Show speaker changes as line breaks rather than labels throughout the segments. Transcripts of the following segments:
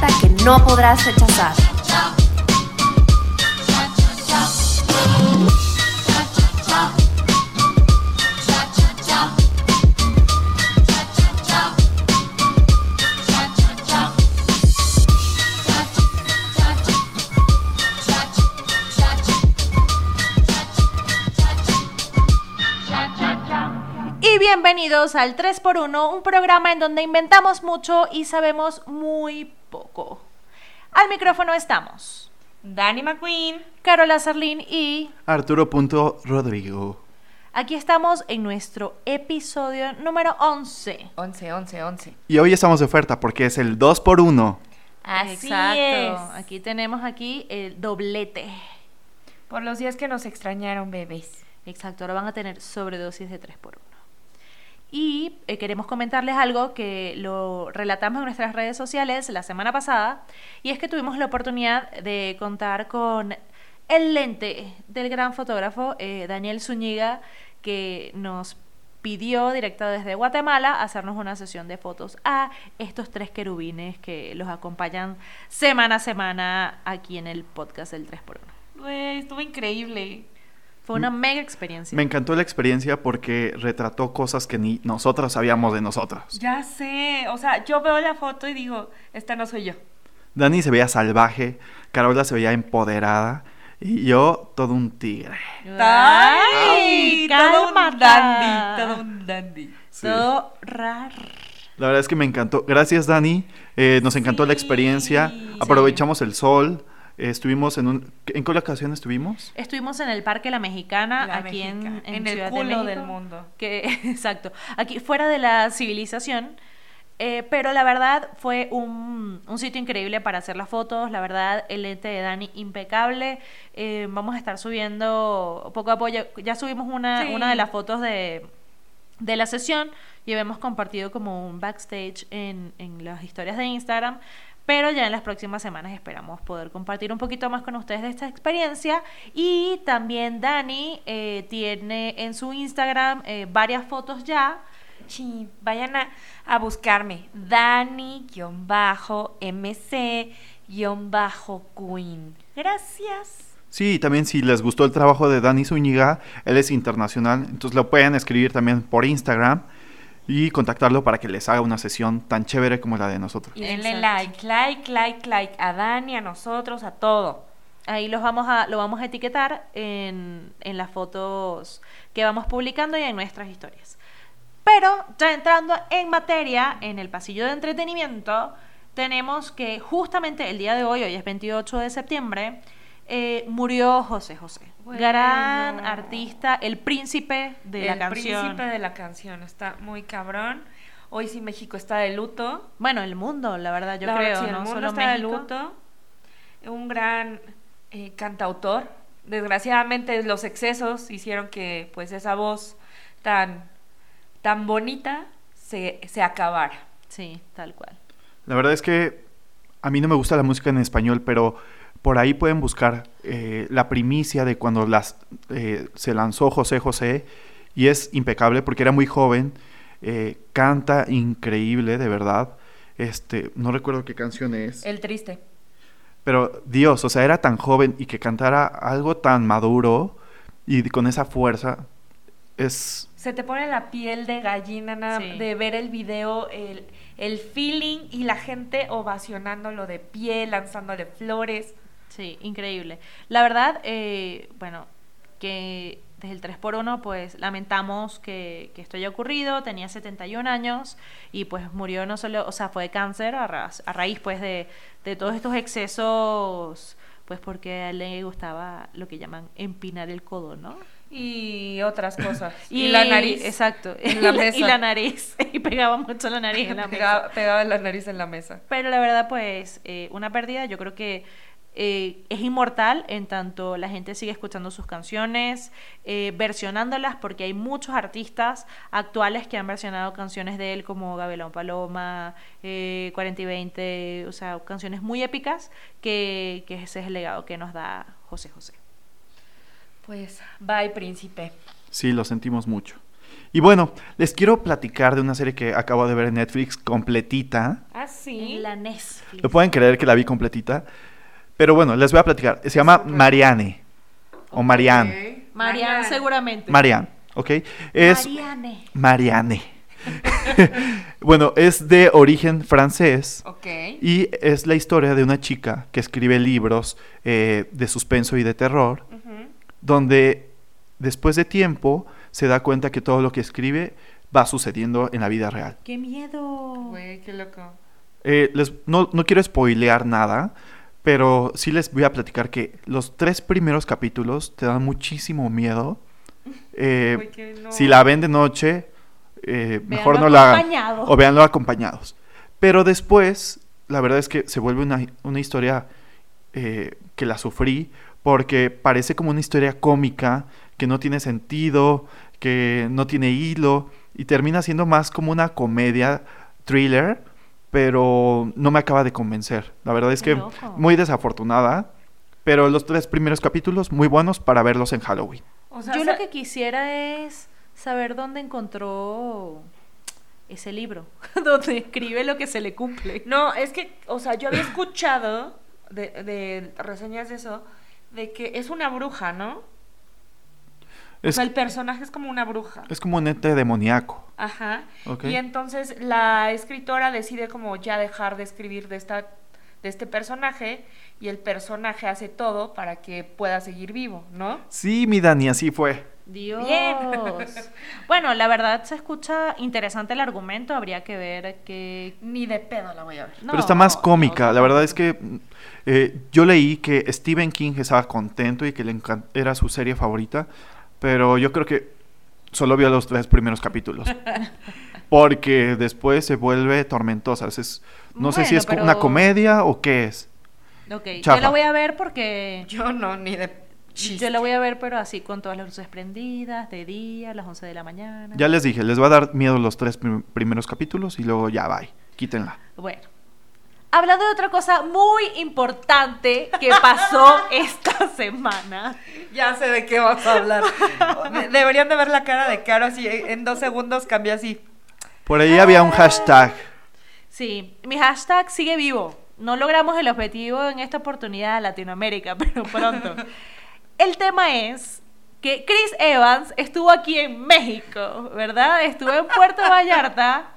Este no podrás rechazar.
Y bienvenidos al 3x1, un programa en donde inventamos mucho y sabemos muy poco. Al micrófono estamos
Danny McQueen.
Carola Sarlín y
Arturo.rodrigo.
aquí estamos en nuestro episodio número 11.
11, 11, 11.
Y hoy estamos de oferta porque es el 2x1.
Así
Exacto.
es.
Aquí tenemos aquí el doblete.
Por los días que nos extrañaron, bebés.
Exacto, ahora van a tener sobredosis de 3x1. Y eh, queremos comentarles algo que lo relatamos en nuestras redes sociales la semana pasada, y es que tuvimos la oportunidad de contar con el lente del gran fotógrafo eh, Daniel Zúñiga, que nos pidió directo desde Guatemala hacernos una sesión de fotos a estos tres querubines que los acompañan semana a semana aquí en el podcast del 3x1.
Güey, estuvo increíble.
Fue una mega experiencia.
Me encantó la experiencia porque retrató cosas que ni nosotros sabíamos de nosotros.
Ya sé. O sea, yo veo la foto y digo, esta no soy yo.
Dani se veía salvaje, Carola se veía empoderada y yo todo un tigre.
¡Ay!
Todo un
cálmata.
dandy. Todo un dandy.
Sí.
Todo raro.
La verdad es que me encantó. Gracias, Dani. Eh, nos encantó la
Sí.
experiencia.
Sí.
Aprovechamos el sol. Eh, estuvimos en un... ¿En qué ocasión estuvimos?
Estuvimos en el Parque La Mexicana,
La
aquí en-
Mexicana.
en,
Ah, En el
Ciudad de
culo
México,
del mundo.
Que, exacto, aquí fuera de la civilización. eh, pero la verdad fue un, un sitio increíble para hacer las fotos. La verdad, el lente de Dani impecable. Eh, vamos a estar subiendo poco a poco. Ya, ya subimos una,
Sí.
una de las fotos de, de la sesión y hemos compartido como un backstage en, en las historias de Instagram. Pero ya en las próximas semanas esperamos poder compartir un poquito más con ustedes de esta experiencia. Y también Dani eh, tiene en su Instagram eh, varias fotos ya.
Sí, vayan a, a buscarme. Dani-MC-Queen. Gracias.
Sí, y también si les gustó el trabajo de Dani Zúñiga, él es internacional, entonces lo pueden escribir también por Instagram y contactarlo para que les haga una sesión tan chévere como la de nosotros.
Y denle
Exacto.
like, like, like, like. A Dani, a nosotros, a todo.
Ahí los vamos a, lo vamos a etiquetar en, en las fotos que vamos publicando y en nuestras historias. Pero ya entrando en materia, en el pasillo de entretenimiento, tenemos que justamente el día de hoy, hoy es 28 de septiembre, eh, murió José José.
Bueno.
Gran artista, el príncipe de la
el
canción.
príncipe de la canción está muy cabrón. Hoy sí México está de luto.
Bueno, el mundo, la verdad, yo
La verdad,
creo,
sí, el
no
mundo
solo
está de
México.
luto. Un gran eh, cantautor. Desgraciadamente los excesos hicieron que pues esa voz tan, tan bonita se, se acabara.
Sí, tal cual.
La verdad es que a mí no me gusta la música en español, pero por ahí pueden buscar eh, la primicia de cuando las, eh, se lanzó José José y es impecable porque era muy joven, eh, canta increíble, de verdad. Este, no recuerdo qué canción es.
El triste.
Pero Dios, o sea, era tan joven y que cantara algo tan maduro y con esa fuerza es...
Se te pone la piel de gallina nada-
Sí.
de ver el video, el, el feeling y la gente ovacionándolo de pie, lanzándole flores.
Sí, increíble. La verdad, eh, bueno, que desde el 3x1, pues lamentamos que, que esto haya ocurrido. Tenía 71 años y pues murió no solo, o sea, fue de cáncer a, ra- a raíz pues de, de todos estos excesos, pues porque a él le gustaba lo que llaman empinar el codo, ¿no?
Y otras cosas. Y, la nariz.
Exacto.
En la
y, la, y
mesa.
la nariz. Y pegaba mucho la nariz en la mesa.
Pegaba, pegaba la nariz en la mesa.
Pero la verdad, pues, eh, una pérdida, yo creo que eh, es inmortal en tanto la gente sigue escuchando sus canciones, eh, versionándolas, porque hay muchos artistas actuales que han versionado canciones de él, como Gabelón Paloma, eh, 40 y 20, o sea, canciones muy épicas, que, que ese es el legado que nos da José José.
Pues, bye, príncipe.
Sí, lo sentimos mucho. Y bueno, les quiero platicar de una serie que acabo de ver en Netflix completita.
Ah, sí.
En la E Netflix.
¿Lo pueden creer que la vi completita? Pero bueno, les voy a platicar. Se llama
Súper.
Marianne. O Marianne.
Ok.
Marianne, seguramente.
Marianne, ¿ok? Es
Marianne.
Marianne. bueno, es de origen francés.
Ok.
Y es la historia de una chica que escribe libros eh, de suspenso y de terror,
Ujú.
donde después de tiempo se da cuenta que todo lo que escribe va sucediendo en la vida real.
¡Qué miedo!
Güey, qué loco.
Eh, les- no, no quiero spoilear nada, pero sí les voy a platicar que los tres primeros capítulos te dan muchísimo miedo. Eh,
Güey, qué no.
Si la ven de noche, eh, mejor
Véanlo
no la hagan.
acompañado.
O véanlo acompañados. Pero después, la verdad es que se vuelve una, una historia eh, que la sufrí porque parece como una historia cómica que no tiene sentido, que no tiene hilo y termina siendo más como una comedia thriller, pero no me acaba de convencer. La verdad es
Qué
que
loco.
muy desafortunada, pero los tres primeros capítulos muy buenos para verlos en Halloween.
O sea,
Yo
sa-
lo que quisiera es saber dónde encontró ese libro, donde escribe lo que se le cumple.
No, es que, o sea, yo había escuchado de, de reseñas de eso, de que es una bruja, ¿no? O
Es,
sea, el personaje es como una bruja.
es como un ente demoníaco.
Ajá.
Ok.
Y entonces la escritora decide como ya dejar de escribir de esta de este personaje y el personaje hace todo para que pueda seguir vivo, ¿no?
Sí, mi Dani, así fue.
Dios.
Bien.
bueno, la verdad se escucha interesante el argumento, habría que ver qué...
Ni de pedo la voy a ver.
No,
Pero está más
no,
cómica.
no.
La verdad es que mm, eh, yo leí que Stephen King estaba contento y que le encan- era su serie favorita, pero yo creo que solo vio los tres primeros capítulos. Porque después se vuelve tormentosa. Es- no sé si
Bueno,
es co-
pero-
una comedia o qué es.
Ok,
Chafa.
yo la voy a ver porque...
Yo no, ni de chiste.
Yo la voy a ver, pero así, con todas las luces prendidas, de día, a las 11 de la mañana.
Ya les dije, les va a dar miedo los tres prim- primeros capítulos y luego ya, bye. Quítenla.
Bueno. Hablando de otra cosa muy importante que pasó esta semana.
Ya sé de qué vas a hablar. De- Deberían de ver la cara de Caro así, eh, en dos segundos cambia así.
Por ahí había un hashtag.
Sí, mi hashtag sigue vivo. No logramos el objetivo en esta oportunidad Latinoamérica, pero pronto. El tema es que Chris Evans estuvo aquí en México, ¿verdad? Estuvo en Puerto Vallarta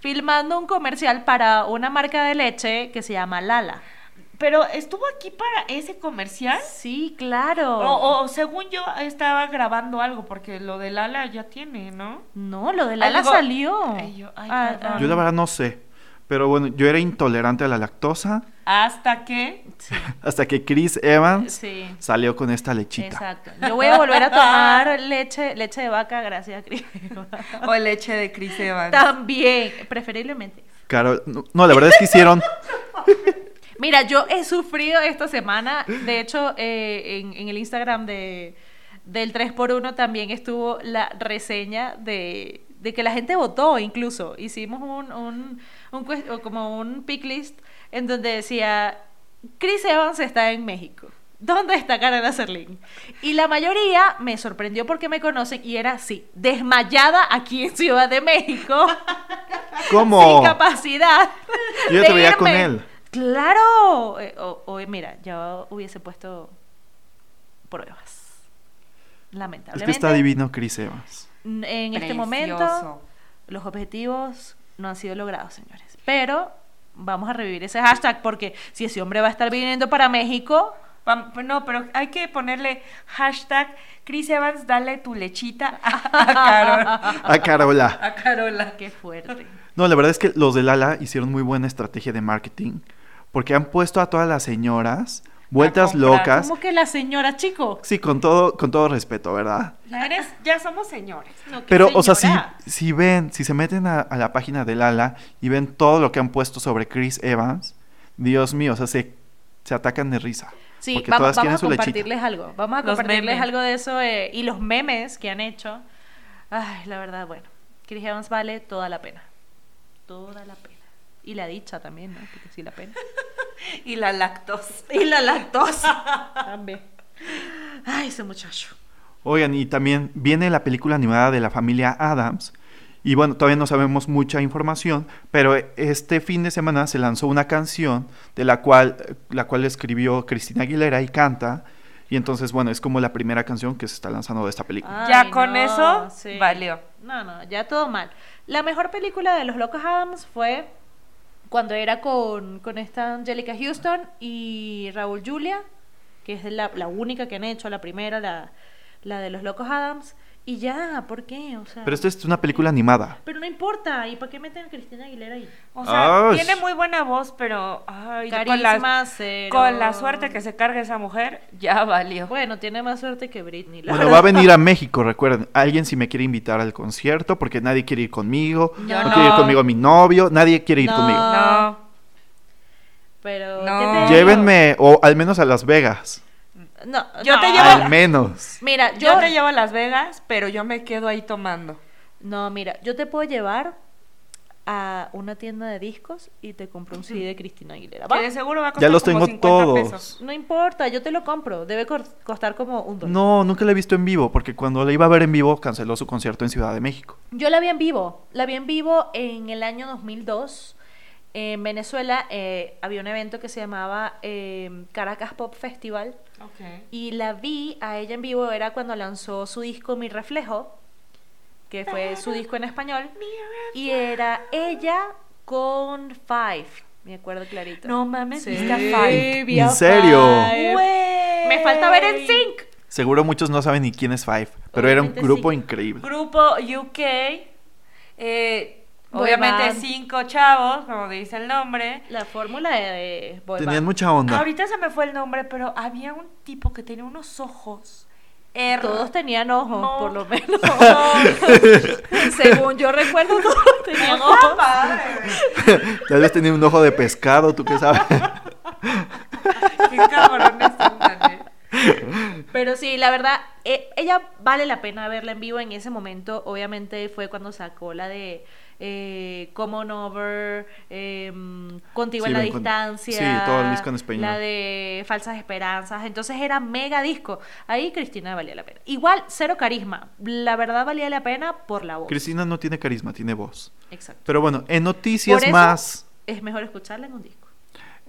filmando un comercial para una marca de leche que se llama Lala.
Pero estuvo aquí para ese comercial.
Sí, claro.
O, o según yo estaba grabando algo, porque lo de Lala ya tiene, ¿no?
No, lo de Lala
Algo-
salió.
Ay, yo- ay,
Ah,
perdón.
ah,
Yo la verdad no sé. Pero bueno, yo era intolerante a la lactosa
Hasta que.
sí,
hasta que Chris Evans
sí.
salió con esta lechita.
Exacto. Yo voy a volver a tomar leche, leche de vaca, gracias, Cris.
O leche de Chris Evans.
También, preferiblemente.
Claro, no, no, la verdad es que hicieron.
Mira, yo he sufrido esta semana. De hecho, eh, en, en el Instagram de, del 3x1 también estuvo la reseña de, de que la gente votó incluso. Hicimos un, un, un cues- o como un pick list en donde decía, Chris Evans está en México. ¿Dónde está Karana Serling? Y la mayoría me sorprendió porque me conocen y era así, desmayada aquí en Ciudad de México.
¿Cómo?
Sin capacidad.
Yo ya
de
te veía
irme.
con él.
Claro. Eh, O, o, mira, yo hubiese puesto pruebas.
Es
Lamentablemente.
que está divino Chris Evans.
n- En este momento, los objetivos no han sido logrados, señores. Pero vamos a revivir ese hashtag porque si ese hombre va a estar viniendo para México,
Pam- pues No, pero hay que ponerle hashtag Chris Evans, dale tu lechita a, Carol-
A Ah, Carola.
a Carola.
qué fuerte.
No, la verdad es que los de Lala hicieron muy buena estrategia de marketing. Porque han puesto a todas las señoras vueltas
comprar.
locas.
¿Cómo que la señora, chico?
Sí, con todo, con todo respeto, ¿verdad?
Ya, eres- ya somos señores.
No, qué
Pero, o sea, si,
señora.
si ven, si se meten a, a la página de Lala y ven todo lo que han puesto sobre Chris Evans, Dios mío, o sea, se, se atacan de risa.
Sí,
porque
vamos,
todas quieren
vamos a
su lechita.
compartirles algo. Vamos a
Los
compartirles
memes.
algo de eso eh, y los memes que han hecho. Ay, la verdad, bueno. Chris Evans vale toda la pena. Toda la pena. Y la dicha también, ¿no? Porque sí la pena.
Y la lactosa.
Y la lactosa. También. Ay, ese muchacho.
Oigan, y también viene la película animada de la familia Adams. Y bueno, todavía no sabemos mucha información, pero este fin de semana se lanzó una canción de la cual, la cual escribió Cristina Aguilera y canta. Y entonces, bueno, es como la primera canción que se está lanzando de esta película.
Ay,
ya con
no,
eso
sí.
valió.
No, no, ya todo mal. La mejor película de los Locos Adams fue cuando era con, con esta Angelica Houston y Raúl Julia, que es la, la única que han hecho, la primera, la, la de los Locos Adams. Y ya, ¿por qué? O sea,
Pero esta es una película animada.
pero no importa, ¿y para qué meten a Cristina Aguilera ahí?
O sea,
Ay.
tiene muy buena voz, pero ay, ya con,
Carisma
la,
cero.
con la suerte que se carga esa mujer, ya valió.
Bueno, tiene más suerte que Britney. la
Bueno, va a
verdad.
venir a México, recuerden. Alguien si me quiere invitar al concierto, porque nadie quiere ir conmigo.
Yo
No, quiere ir
no.
conmigo mi novio, nadie quiere ir
No.
conmigo.
No,
Pero.
No.
¿qué te digo?
Llévenme, o al menos a Las Vegas.
No,
Yo
no.
te llevo-
Al menos.
Mira, yo.
yo, te llevo a Las Vegas, pero yo me quedo ahí tomando.
No, mira, yo te puedo llevar a una tienda de discos y te compro un CD de Cristina Aguilera. ¿va?
Que de seguro va a costar
Ya los
como
tengo
50 pesos.
todos.
No importa, yo te lo compro. Debe cor- costar como un dólar.
No, nunca la he visto en vivo, porque cuando la iba a ver en vivo canceló su concierto en Ciudad de México.
Yo la vi en vivo. La vi en vivo en el año 2002. En Venezuela eh, había un evento que se llamaba eh, Caracas Pop Festival. Y la vi a ella en vivo, era cuando lanzó su disco Mi Reflejo, que fue su disco en español. Y era ella con Five, me acuerdo clarito.
No mames,
Sí.
viste a Five.
vi
¿En
a
serio?
Five.
Güey.
Me falta ver en Sync.
Seguro muchos no saben ni quién es Five, pero era un
Obviamente
grupo
sí.
increíble.
Grupo UK. eh,
Boy
obviamente
band.
cinco chavos, como dice el nombre.
La fórmula de, de boy
Tenían
band.
mucha onda.
Ahorita se me fue el nombre, pero había un tipo que tenía unos ojos. her-
Todos tenían ojos,
No.
por lo menos.
No.
Según yo recuerdo, todos tenían
Está
ojos.
padre,
Tal vez tenía un ojo de pescado, tú qué sabes.
güey. Qué cabrones están, eh.
Pero sí, la verdad, eh, ella vale la pena verla en vivo en ese momento. Obviamente fue cuando sacó la de eh, Common Over, eh, Contigo
Sí,
en la
ven con-
Distancia.
sí, todo el disco en español.
La de Falsas Esperanzas. Entonces era mega disco. Ahí Cristina valía la pena. Igual, cero carisma. La verdad valía la pena por la voz.
Cristina no tiene carisma, tiene voz.
Exacto.
Pero bueno, en
Por
noticias
eso
más,
Es mejor escucharla en un disco.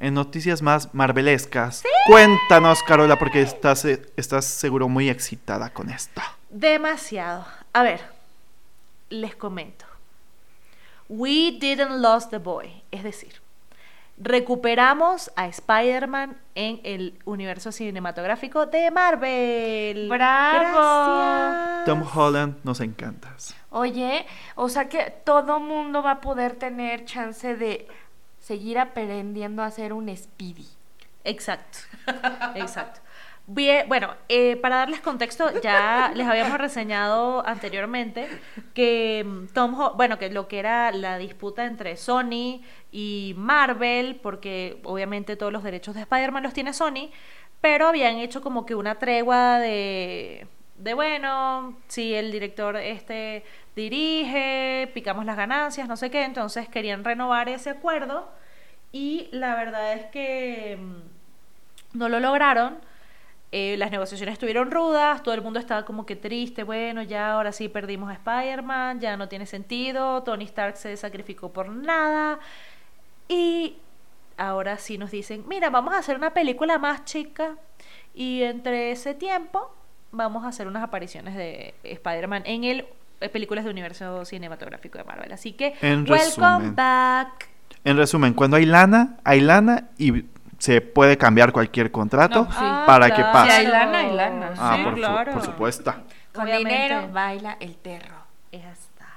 en noticias más marvelescas, cuéntanos, Carola, porque estás, eh, estás seguro muy excitada con esta.
Demasiado. A ver, les comento. We didn't lose the boy. Es decir, recuperamos a Spider-Man en el universo cinematográfico de Marvel.
¡Bravo!
Gracias.
Tom Holland, nos encantas.
Oye, o sea que todo mundo va a poder tener chance de seguir aprendiendo a ser un speedy.
Exacto, exacto. Bien, bueno, eh, para darles contexto, ya les habíamos reseñado anteriormente que mm, Tom, Ho- bueno, que lo que era la disputa entre Sony y Marvel, porque obviamente todos los derechos de Spider-Man los tiene Sony, pero habían hecho como que una tregua de, de bueno, si el director este dirige, picamos las ganancias, no sé qué, entonces querían renovar ese acuerdo y la verdad es que mm, no lo lograron. Eh, las negociaciones estuvieron rudas, todo el mundo estaba como que triste, bueno, ya ahora sí perdimos a Spider-Man, ya no tiene sentido, Tony Stark se sacrificó por nada. Y ahora sí nos dicen, mira, vamos a hacer una película más chica y entre ese tiempo vamos a hacer unas apariciones de Spider-Man en el en películas de universo cinematográfico de Marvel. Así que,
En
welcome
resumen.
back.
En resumen, cuando hay lana, hay lana y se puede cambiar cualquier contrato
No, sí.
para
Ah,
que
claro.
pase.
Si hay lana, hay lana.
Ah,
Sí,
por, su-
claro.
por supuesto.
Con
Obviamente.
dinero baila el perro.
Ya está.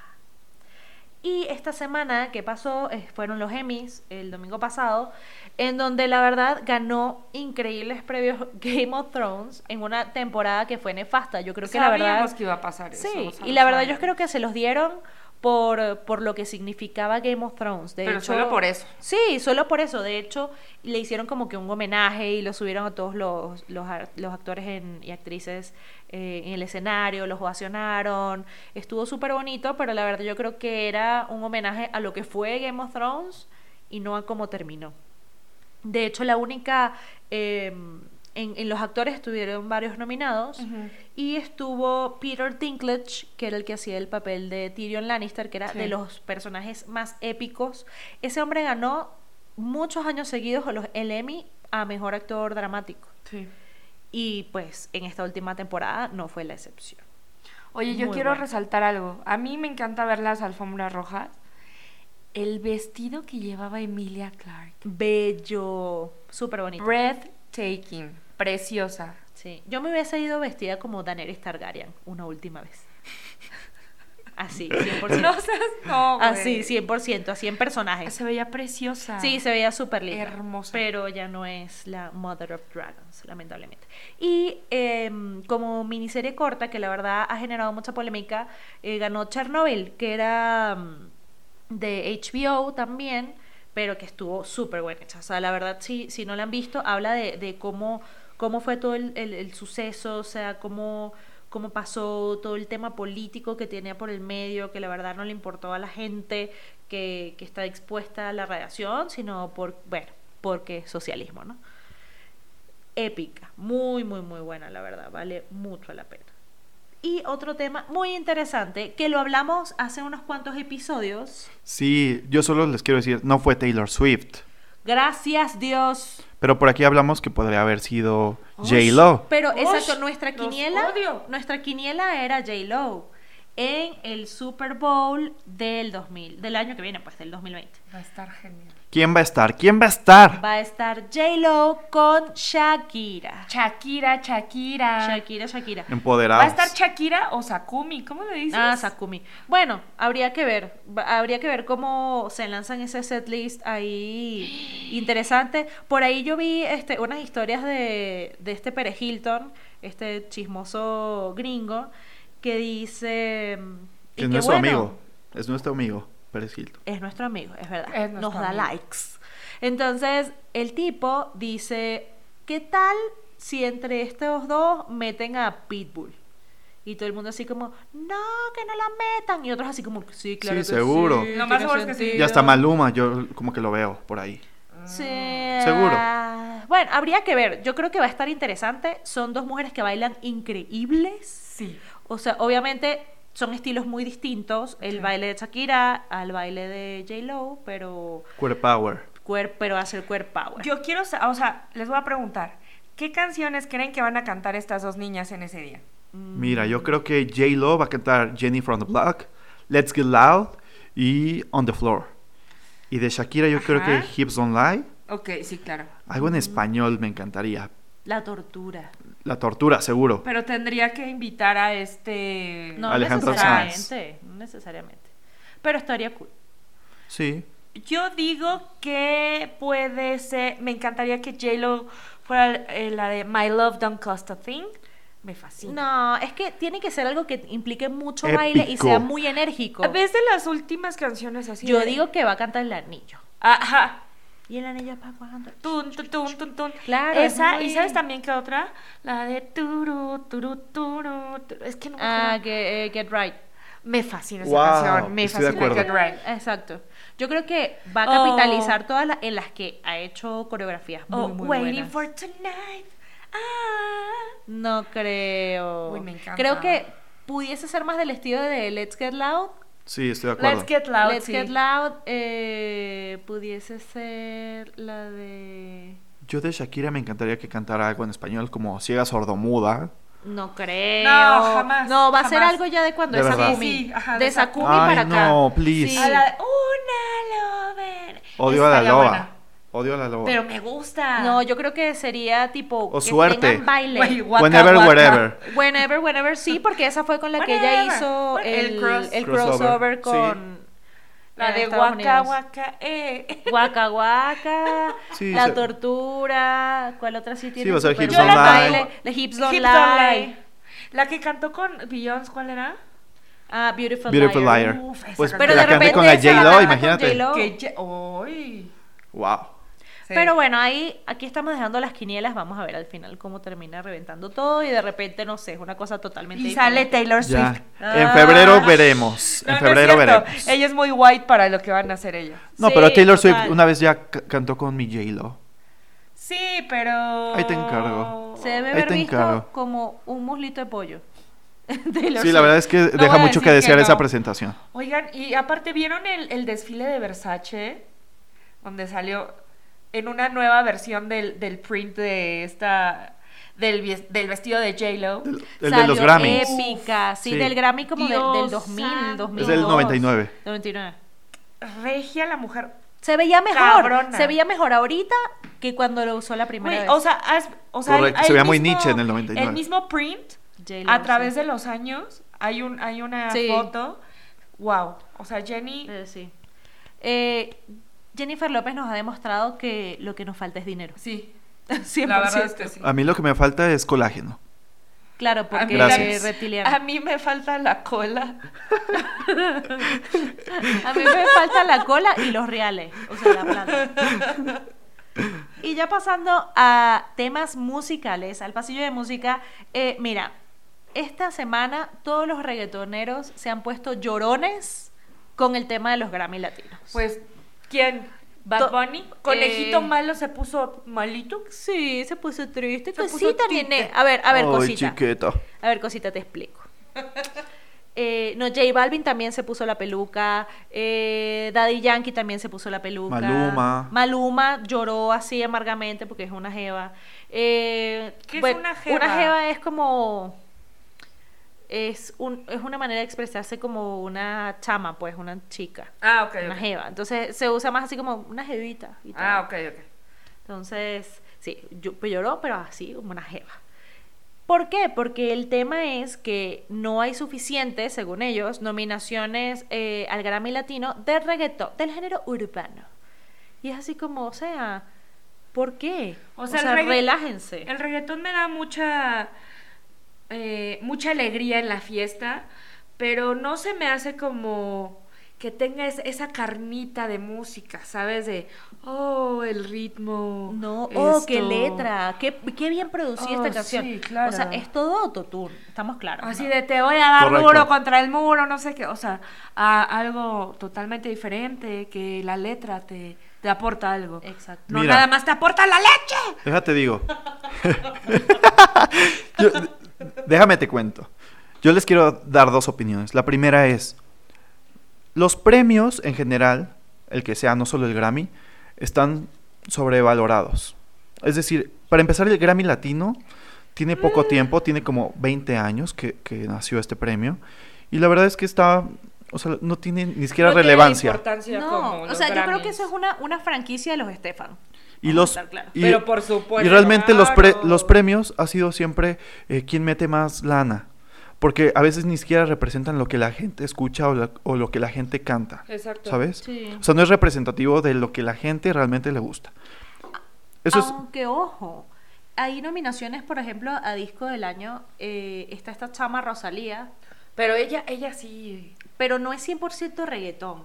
Y esta semana que pasó eh, fueron los Emmys, el domingo pasado, en donde la verdad ganó increíbles previos Game of Thrones en una temporada que fue nefasta. Yo creo que la verdad.
Sabíamos que iba a pasar eso,
Sí,
o sea,
y
lo
la verdad yo
sabíamos.
creo que se los dieron por, por lo que significaba Game of Thrones. De
Pero
hecho-
solo por eso.
Sí, solo por eso. De hecho, le hicieron como que un homenaje y lo subieron a todos los, los, ar- los actores en- y actrices eh, en el escenario, los ovacionaron. Estuvo súper bonito, pero la verdad yo creo que era un homenaje a lo que fue Game of Thrones y no a cómo terminó. De hecho, la única eh, en, en los actores estuvieron varios nominados
Ujú.
y estuvo Peter Dinklage, que era el que hacía el papel de Tyrion Lannister, que era
Sí.
de los personajes más épicos. Ese hombre ganó muchos años seguidos los, el Emmy a Mejor Actor Dramático.
Sí.
Y pues en esta última temporada no fue la excepción.
Oye, yo
Muy
quiero
bueno.
resaltar algo. A mí me encanta ver las alfombras rojas. El vestido que llevaba Emilia Clark.
Bello, súper bonito.
Breathtaking. Preciosa.
Sí, yo me hubiese ido vestida como Daenerys Targaryen una última vez. Así, 100%.
No seas, no, güey.
Así, 100%, así en personajes.
Se veía preciosa.
Sí, se veía súper linda.
Hermosa.
Pero ya no es la Mother of Dragons, lamentablemente. Y eh, como miniserie corta, que la verdad ha generado mucha polémica, eh, ganó Chernobyl, que era mm, de HBO también, pero que estuvo súper buena hecha. O sea, la verdad, sí, si no la han visto, habla de, de cómo, cómo fue todo el, el- el suceso, o sea, cómo cómo pasó todo el tema político que tenía por el medio, que la verdad no le importó a la gente que, que está expuesta a la radiación, sino por, bueno, porque socialismo, ¿no? Épica, muy, muy, muy buena, la verdad, vale mucho la pena. Y otro tema muy interesante, que lo hablamos hace unos cuantos episodios.
Sí, yo solo les quiero decir, no fue Taylor Swift.
Gracias Dios.
Pero por aquí hablamos que podría haber sido
Uy,
J-Lo.
Pero
Ush,
exacto, nuestra
los
quiniela,
odio.
nuestra quiniela era J Lo en el Super Bowl del 2000, del año que viene, pues del 2020.
Va a estar genial.
¿Quién va a estar? ¿Quién va a estar?
Va a estar J Lo con Shakira.
Shakira, Shakira.
Shakira, Shakira.
¿Va a
Empoderados.
estar Shakira o Sakumi? ¿Cómo le dices?
Ah, Sakumi. Bueno, habría que ver, ba- habría que ver cómo se lanzan ese setlist ahí interesante. Por ahí yo vi este, unas historias de, de este Pere Hilton, este chismoso gringo, que dice... mm, y
Que es
que
nuestro
bueno,
amigo. Es nuestro amigo, Pérez Hilton.
es nuestro amigo, es verdad.
Es nuestro
Nos da
amigo.
likes. Entonces, el tipo dice, ¿qué tal si entre estos dos meten a Pitbull? Y todo el mundo así como, no, que no la metan. Y otros así como, sí, claro.
Sí,
que
seguro.
sí,
Lo más
tiene
seguro es que sí.
sentido".
Ya está Maluma, yo como que lo veo por ahí.
Sí.
Mm.
Seguro.
ah, Bueno, habría que ver. Yo creo que va a estar interesante. Son dos mujeres que bailan increíbles.
Sí.
O sea, obviamente son estilos muy distintos. El
Sí.
baile de Shakira al baile de J-Lo, pero,
Queer Power.
cuer- pero hace el cuerpo power.
Yo quiero, sa- o sea, les voy a preguntar, ¿qué canciones creen que van a cantar estas dos niñas en ese día?
Mira, yo creo que J-Lo va a cantar Jenny from the Block, Let's Get Loud y On the Floor. Y de Shakira yo creo que
Ajá.
Hips Don't Lie.
Ok, sí, claro.
Algo en español me encantaría.
La tortura.
La tortura, seguro.
Pero tendría que invitar a este...
No
Alejandro Sanz.
necesariamente, no necesariamente. Pero estaría cool.
Sí.
Yo digo que puede ser, me encantaría que J-Lo fuera eh, la de My Love Don't Cost a Thing. Me fascina.
No, es que tiene que ser algo que implique mucho
Épico.
baile y sea muy enérgico.
A veces las últimas canciones así.
Yo
de-
digo que va a cantar el anillo.
Ajá.
Y el anillo para cuando.
Tun, tun, tun, tun, tun.
Claro, es
Esa,
muy-
y ¿sabes también qué otra? La de turu, turu, turu, turu. Es que no me
Ah,
acuerdo.
que, eh, Get Right.
Me fascina esa
Wow,
canción. Me
estoy de
fascina
acuerdo.
Get Right.
Exacto. Yo creo que va a
Oh.
capitalizar todas las en las que ha hecho coreografías muy,
Oh,
muy
Waiting
buenas.
for Tonight. Ah.
No creo.
Uy, me encanta.
Creo que pudiese ser más del estilo de Let's Get Loud
Sí, estoy de acuerdo.
Let's Get Loud.
Let's
sí.
Get Loud eh, pudiese ser la de...
Yo de Shakira me encantaría que cantara algo en español como Ciega Sordomuda.
No creo.
No, jamás,
No, va a ser
jamás.
algo ya de cuando
De
es
verdad.
Sakumi.
Sí, sí, ajá,
de
de
Sakumi
Sakumi.
para
Ay,
acá.
no, please.
Sí.
A la de Una Lover.
Odio a la
Estaría
loba.
buena.
Odio a la loba.
Pero me gusta.
No, yo creo que sería tipo...
O
que
suerte.
tengan baile.
Güey, guaca,
Whenever,
guaca.
wherever.
Whenever, whenever, sí, porque esa fue con la que ella
Whenever.
hizo
El
el,
cross-
el
Crossover,
crossover con...
La
en
de
Estados
Waka
Unidos.
Waka. Eh.
Guaca Guaca,
Sí,
La
se-
Tortura, ¿cuál otra sí tiene?
va a ser
súper
Hips
buen
Don't
baile?
Lie.
La Hips
Hips
Don't
Don't
Lie.
Lie. La que cantó con Beyoncé, ¿cuál era?
Ah, Beautiful,
Beautiful
Liar.
Liar.
Uf, esa
pues
canción.
pero
Pero
la
de
canté con la
repente se la
J-Lo,
agarra con
imagínate.
J-Lo. Oh.
Que ya- ¡Uy!
Wow.
Sí.
Pero bueno, ahí aquí estamos dejando las quinielas, vamos a ver al final cómo termina reventando todo y de repente no sé, es una cosa totalmente
Y sale
diferente.
Taylor Swift.
Ya. En febrero
Ah.
veremos. En
No, no es
febrero
cierto.
veremos.
Ella es muy white para lo que van a hacer ella.
No,
Sí,
pero Taylor
total.
Swift una vez ya ca- cantó con mi J-Lo.
Sí, pero.
Ahí te
no.
encargo.
Se debe
Ahí
haber
te
visto
encargo.
como un muslito de pollo. Taylor
Sí, la
Swift.
verdad es que
voy
deja
a
mucho que
decir que
desear esa
no.
presentación.
Oigan, y aparte, ¿vieron el, el desfile de Versace? Donde salió en una nueva versión del, del print de esta. Del, vies- del vestido de J-Lo.
El, el de los
Salió
Grammys.
Épica, sí,
Sí.
del Grammy como del- del
Dios
2000,
santo.
2002.
Es del 99.
99.
Regia la mujer.
Se veía mejor,
Cabrona.
se veía mejor ahorita que cuando lo usó la primera
Güey,
vez.
o sea, haz- o sea,
Correcto,
hay-
se
hay
veía
el
muy
mismo-
Nietzsche en el 99.
El mismo print,
J-Lo,
a través
sí.
de los años, hay, un, hay una
Sí.
foto. Wow. O sea, Jenny.
Eh, sí. Eh, Jennifer López nos ha demostrado que lo que nos falta es dinero.
Sí.
100%.
La verdad es que sí.
A mí lo que me falta es colágeno.
A
Claro,
mí
porque
Ah, Gracias.
es
también-
reptiliana.
A mí me falta la cola.
A mí me falta la cola y los reales, o sea, la plata. Y ya pasando a temas musicales, al pasillo de música, eh, mira, esta semana todos los reggaetoneros se han puesto llorones con el tema de los Grammy Latinos.
Pues, ¿quién?
To-
¿Bad Bunny? ¿Conejito
eh,
malo se puso malito?
sí, se puso triste.
Se puso
cosita,
triste.
nene. A ver, a ver,
Ay,
cosita.
chiquita.
A ver, cosita, te explico. Eh, no, J Balvin también se puso la peluca. eh, Daddy Yankee también se puso la peluca.
Maluma.
Maluma lloró así amargamente porque es una jeva. Eh,
¿Qué es
bueno,
una jeva?
Una jeva es como. Es, un, es una manera de expresarse como una chama, pues, una chica.
Ah, ok.
Una
ok.
jeva. Entonces se usa más así como una jevita. y tal.
Ah, ok, ok.
Entonces, sí, yo, pues, lloró, pero así, como una jeva. ¿Por qué? Porque el tema es que no hay suficientes, según ellos, nominaciones eh, al Grammy Latino de reggaetón, del género urbano. Y es así como, o sea, ¿por qué?
O sea, el regga-
relájense.
El reggaetón me da mucha eh, mucha alegría en la fiesta, pero no se me hace como que tenga es- esa carnita de música, ¿sabes? De, oh, el ritmo.
No, oh, qué
esto".
letra, qué, qué bien producida
Oh,
esta canción.
sí, claro.
O sea, es todo autotune, estamos claros.
Así
¿no?
de te voy a dar
Correcto.
duro contra el muro, no sé qué, o sea, a- algo totalmente diferente, que la letra te, te aporta algo.
Exacto.
No,
Mira.
nada más te aporta la leche.
Déjate digo. Yo- déjame te cuento. Yo les quiero dar dos opiniones. La primera es, los premios en general, el que sea, no solo el Grammy, están sobrevalorados. Es decir, para empezar, el Grammy Latino tiene poco tiempo, tiene como 20 años que, que nació este premio. Y la verdad es que está, o sea, no tiene ni siquiera relevancia.
No, o sea, yo creo que eso es una, una franquicia de los Estefan.
Y
Vamos
los,
a estar claros.
y-
Pero por supuesto,
Y realmente los, pre-
Pues claro.
los premios ha sido siempre eh, quién mete más lana. Porque a veces ni siquiera representan lo que la gente escucha o, la- o lo que la gente canta.
Exacto.
¿Sabes?
Sí.
O sea, no es representativo de lo que la gente realmente le gusta. Eso
Ah.
Aunque, ojo, hay nominaciones, por ejemplo, a disco del año. eh, está esta chama Rosalía,
Pero ella, ella sí.
pero no es 100% reggaetón.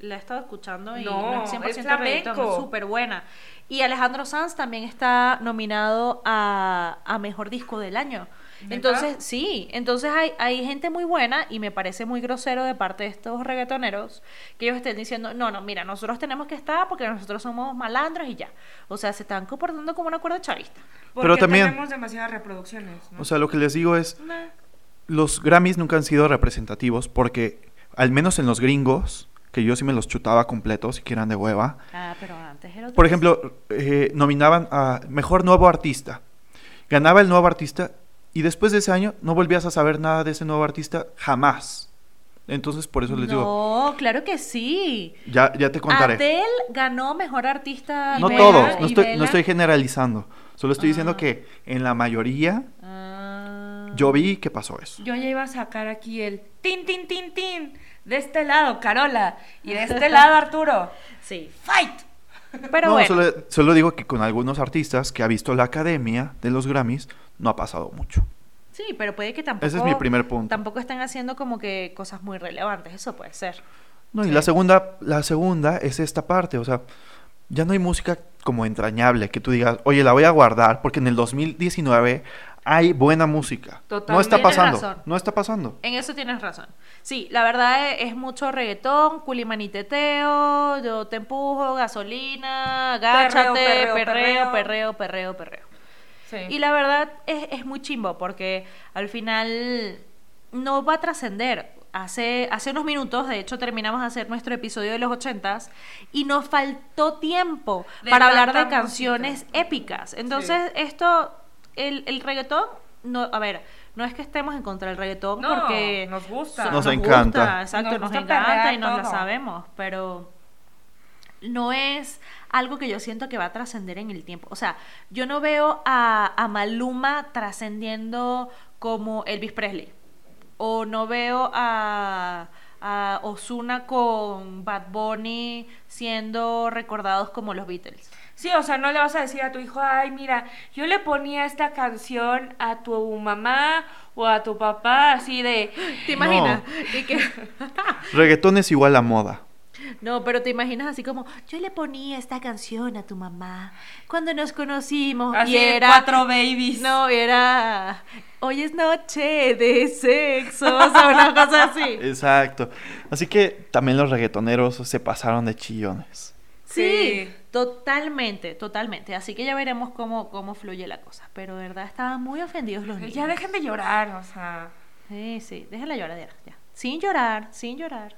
La he estado escuchando y no,
No,
es
es
100% reggaetón,
flamenco.
es súper buena. Y Alejandro Sanz también está nominado a, a Mejor Disco del Año.
¿Neta?
Entonces, sí, entonces hay, hay gente muy buena y me parece muy grosero de parte de estos reggaetoneros que ellos estén diciendo, no, no, mira, nosotros tenemos que estar porque nosotros somos malandros y ya. O sea, se están comportando como una cuerda chavista.
Porque
Pero también-
tenemos demasiadas reproducciones. ¿no?
es. O sea, lo que les digo es,
Nah.
los Grammys nunca han sido representativos porque, al menos en los gringos, que yo sí me los chutaba completos, si eran de hueva,
Ah, pero antes era otra
Por
cosa.
ejemplo, eh, nominaban a mejor nuevo artista. Ganaba el nuevo artista y después de ese año no volvías a saber nada de ese nuevo artista jamás. Entonces, por eso les digo,
No, claro que sí.
ya, ya te contaré.
Adele ganó mejor artista.
no
Bella
todos, no
y
estoy,
Bella.
no estoy generalizando. Solo estoy
Ah.
diciendo que en la mayoría
Ah.
yo vi que pasó eso.
Yo ya iba a sacar aquí el tin, tin, tin, tin. De este lado, Carola. Y de este lado, Arturo.
Sí.
¡Fight!
Pero
no,
bueno.
solo, solo digo que con algunos artistas que ha visto la academia de los Grammys no ha pasado mucho.
Sí, pero puede que tampoco.
Ese es mi primer punto.
Tampoco están haciendo como que cosas muy relevantes. Eso puede ser.
No, y la segunda, la segunda es esta parte, o sea, ya no hay música como entrañable que tú digas, oye, la voy a guardar porque en el 2019 hay buena música. No
Totalmente.
está pasando,
Tienes razón.
no está pasando.
En eso tienes razón. Sí, la verdad e- es, mucho reggaetón, culimaniteteo, yo te empujo, gasolina, agáchate,
Perreo,
perreo,
perreo,
perreo, perreo, perreo.
Sí.
Y la verdad es, es muy chimbo porque al final no va a trascender. Hace, hace unos minutos, de hecho, terminamos de hacer nuestro episodio de los ochentas y nos faltó tiempo
De
para hablar de
tanta música.
canciones épicas. Entonces, esto, el, el reggaetón, no, a ver, no es que estemos en contra del reggaetón
No,
porque
nos gusta.
Nos
gusta,
encanta.
exacto,
Nos
nos,
gusta
encanta
perrear
y nos la
todo.
sabemos, pero no es algo que yo siento que va a trascender en el tiempo. O sea, yo no veo a, a Maluma trascendiendo como Elvis Presley. O no veo a, a Osuna con Bad Bunny siendo recordados como los Beatles.
Sí, o sea, no le vas a decir a tu hijo, ay, mira, yo le ponía esta canción a tu mamá o a tu papá, así de...
¿Te
No.
imaginas? Y que...
Reggaetón es igual a moda.
No, pero te imaginas así como, yo le ponía esta canción a tu mamá cuando nos conocimos
Así
y
de
era
cuatro babies.
No, era hoy es noche de sexo, o sea, una cosa así.
Exacto. Así que también los reggaetoneros se pasaron de chillones.
Sí,
Sí.
totalmente, totalmente. Así que ya veremos cómo, cómo fluye la cosa. Pero de verdad estaban muy ofendidos los niños.
Ya dejen de llorar, o sea...
Sí, sí, dejen la lloradera, ya. Sin llorar, sin llorar.